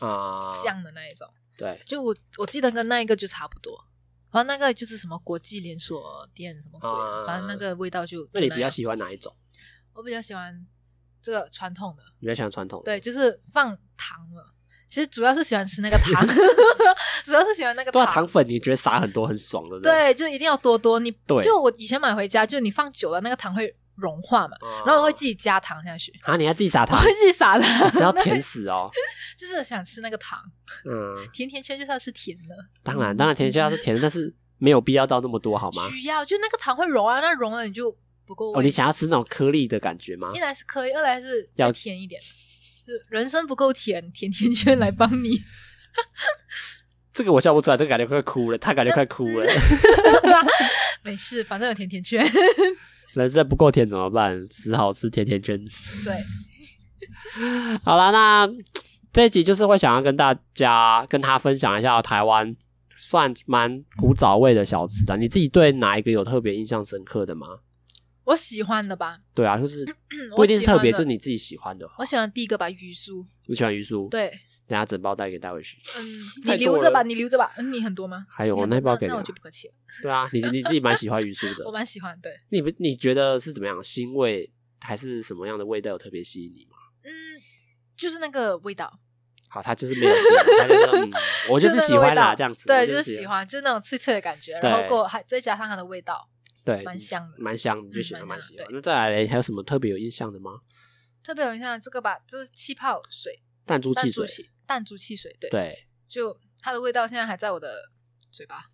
Speaker 1: 啊、
Speaker 2: 酱的那一种。
Speaker 1: 对，
Speaker 2: 就我我记得跟那一个就差不多，然后那个就是什么国际连锁店什么鬼的，
Speaker 1: 啊
Speaker 2: 反正那个味道就
Speaker 1: 那你
Speaker 2: 就
Speaker 1: 比
Speaker 2: 样
Speaker 1: 较喜欢哪一种？
Speaker 2: 我比较喜欢这个传统的，
Speaker 1: 你比较喜欢传统的？啊
Speaker 2: 对，，就是放糖了。其实主要是喜欢吃那个糖， 主要是喜欢那个
Speaker 1: 对啊，糖粉你觉得撒很多很爽，对不对？
Speaker 2: 对，就一定要多多。你
Speaker 1: 对
Speaker 2: 就我以前买回家，就你放久了，那个糖会融化嘛，
Speaker 1: 啊，
Speaker 2: 然后我会自己加糖下去，
Speaker 1: 啊，你还自己撒
Speaker 2: 我
Speaker 1: 糖，
Speaker 2: 会自己撒
Speaker 1: 你是要
Speaker 2: 糖，
Speaker 1: 甜死哦。
Speaker 2: 就是想吃那个糖。
Speaker 1: 嗯，
Speaker 2: 甜甜圈就是要吃甜的，
Speaker 1: 当然，当然甜甜圈它是甜的，但是没有必要到那么多好吗？
Speaker 2: 需要就那个糖会融啊，那融了你就不够
Speaker 1: 哦，你
Speaker 2: 味。
Speaker 1: 想要吃那种颗粒的感觉吗
Speaker 2: 一？来是可以，二来是
Speaker 1: 要
Speaker 2: 再甜一点。是人生不够甜，甜甜圈来帮你。
Speaker 1: 这个我笑不出来，这个感觉快哭了，他感觉快哭 了。
Speaker 2: 没事，反正有甜甜圈。
Speaker 1: 人生不够甜怎么办？只好吃甜甜圈。
Speaker 2: 对，
Speaker 1: 好啦，那这一集就是会想要跟大家跟他分享一下台湾算蛮古早味的小吃的。你自己对哪一个有特别印象深刻的吗？
Speaker 2: 我喜欢的吧，
Speaker 1: 对啊，就是
Speaker 2: 嗯
Speaker 1: 不一定是特别，就是
Speaker 2: 我喜欢的
Speaker 1: 你自己喜欢的。
Speaker 2: 我喜欢第一个吧，鱼酥。
Speaker 1: 你喜欢鱼酥？，
Speaker 2: 对，
Speaker 1: 等下整包带给你带回 去。
Speaker 2: 嗯，你
Speaker 1: 太多
Speaker 2: 留着吧，
Speaker 1: 了
Speaker 2: 你留着吧。嗯，你很多吗？
Speaker 1: 还有
Speaker 2: 你
Speaker 1: 我
Speaker 2: 很多
Speaker 1: 那包给你
Speaker 2: 那
Speaker 1: 啊
Speaker 2: 我就不客气了。
Speaker 1: 对啊，你你自己蛮喜欢鱼酥
Speaker 2: 我
Speaker 1: 的。
Speaker 2: 蛮喜欢，对，
Speaker 1: 你不你觉得是怎么样？腥味还是什么样的味道有特别吸引你吗？
Speaker 2: 嗯，就是那个味道，
Speaker 1: 好，他就是没有吸引，他就是、嗯、我就是
Speaker 2: 那个
Speaker 1: 喜欢
Speaker 2: 味道
Speaker 1: 啦，这样子。我
Speaker 2: 对，
Speaker 1: 就
Speaker 2: 就是是喜。欢，就是那种脆脆的感觉，
Speaker 1: 对
Speaker 2: 然后过还再加上它的味道，
Speaker 1: 对，
Speaker 2: 蛮香的
Speaker 1: 蛮香的，就
Speaker 2: 嗯
Speaker 1: 喜欢
Speaker 2: 蛮
Speaker 1: 蛮
Speaker 2: 香
Speaker 1: 喜
Speaker 2: 的
Speaker 1: 欢。那再来嘞，还有什么特别有印象的吗？
Speaker 2: 特别有印象。这个吧，就是气泡水，
Speaker 1: 弹珠
Speaker 2: 弹
Speaker 1: 汽
Speaker 2: 珠
Speaker 1: 水，
Speaker 2: 汽弹珠汽水，对，
Speaker 1: 对，
Speaker 2: 就它的味道现在还在我的嘴巴。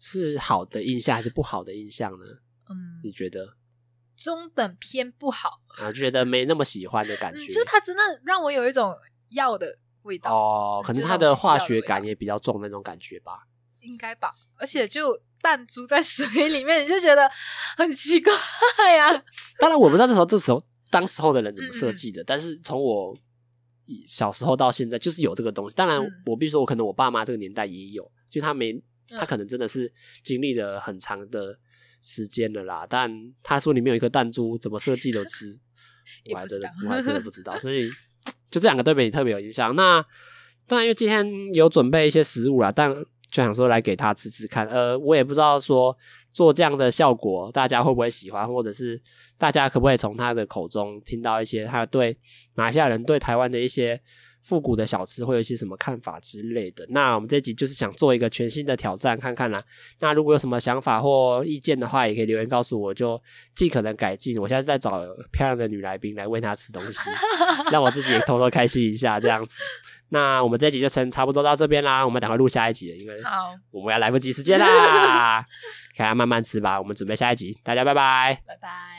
Speaker 1: 是好的印象还是不好的印象呢？
Speaker 2: 嗯，
Speaker 1: 你觉得？
Speaker 2: 中等偏不好，
Speaker 1: 啊，觉得没那么喜欢的感
Speaker 2: 嗯，
Speaker 1: 觉。
Speaker 2: 就是它真的让我有一种药的味道，
Speaker 1: 哦，可能它的化学感也比较重那种感觉吧。
Speaker 2: 应该吧。而且就弹珠在水里面，你就觉得很奇怪呀、
Speaker 1: 当然，我不知道这时候这时候当时候的人怎么
Speaker 2: 嗯
Speaker 1: 设计的，但是从我以小时候到现在，就是有这个东西。当然
Speaker 2: 嗯，
Speaker 1: 我必须说，我可能我爸妈这个年代也有，就他没他
Speaker 2: 嗯
Speaker 1: 可能真的是经历了很长的时间了啦。但他说里面有一颗弹珠，怎么设计的吃，
Speaker 2: 也
Speaker 1: 我还
Speaker 2: 不
Speaker 1: 真
Speaker 2: 知
Speaker 1: 的
Speaker 2: 道
Speaker 1: 我还真的不知道。 所以就这两个对比特别有印象。那当然，因为今天有准备一些食物啦，但就想说来给他吃吃看。呃，我也不知道说做这样的效果大家会不会喜欢，或者是大家可不可以从他的口中听到一些他对马来西亚人对台湾的一些复古的小吃会有一些什么看法之类的。那我们这集就是想做一个全新的挑战，看看啦。那如果有什么想法或意见的话，也可以留言告诉我，就尽可能改进。我现在在找漂亮的女来宾来喂她吃东西，让我自己也偷偷开心一下，这样子。那我们这一集就先差不多到这边啦，我们等会录下一集了，因为
Speaker 2: 好，
Speaker 1: 我们要来不及时间啦，看她慢慢吃吧。我们准备下一集，大家拜拜。
Speaker 2: 拜拜。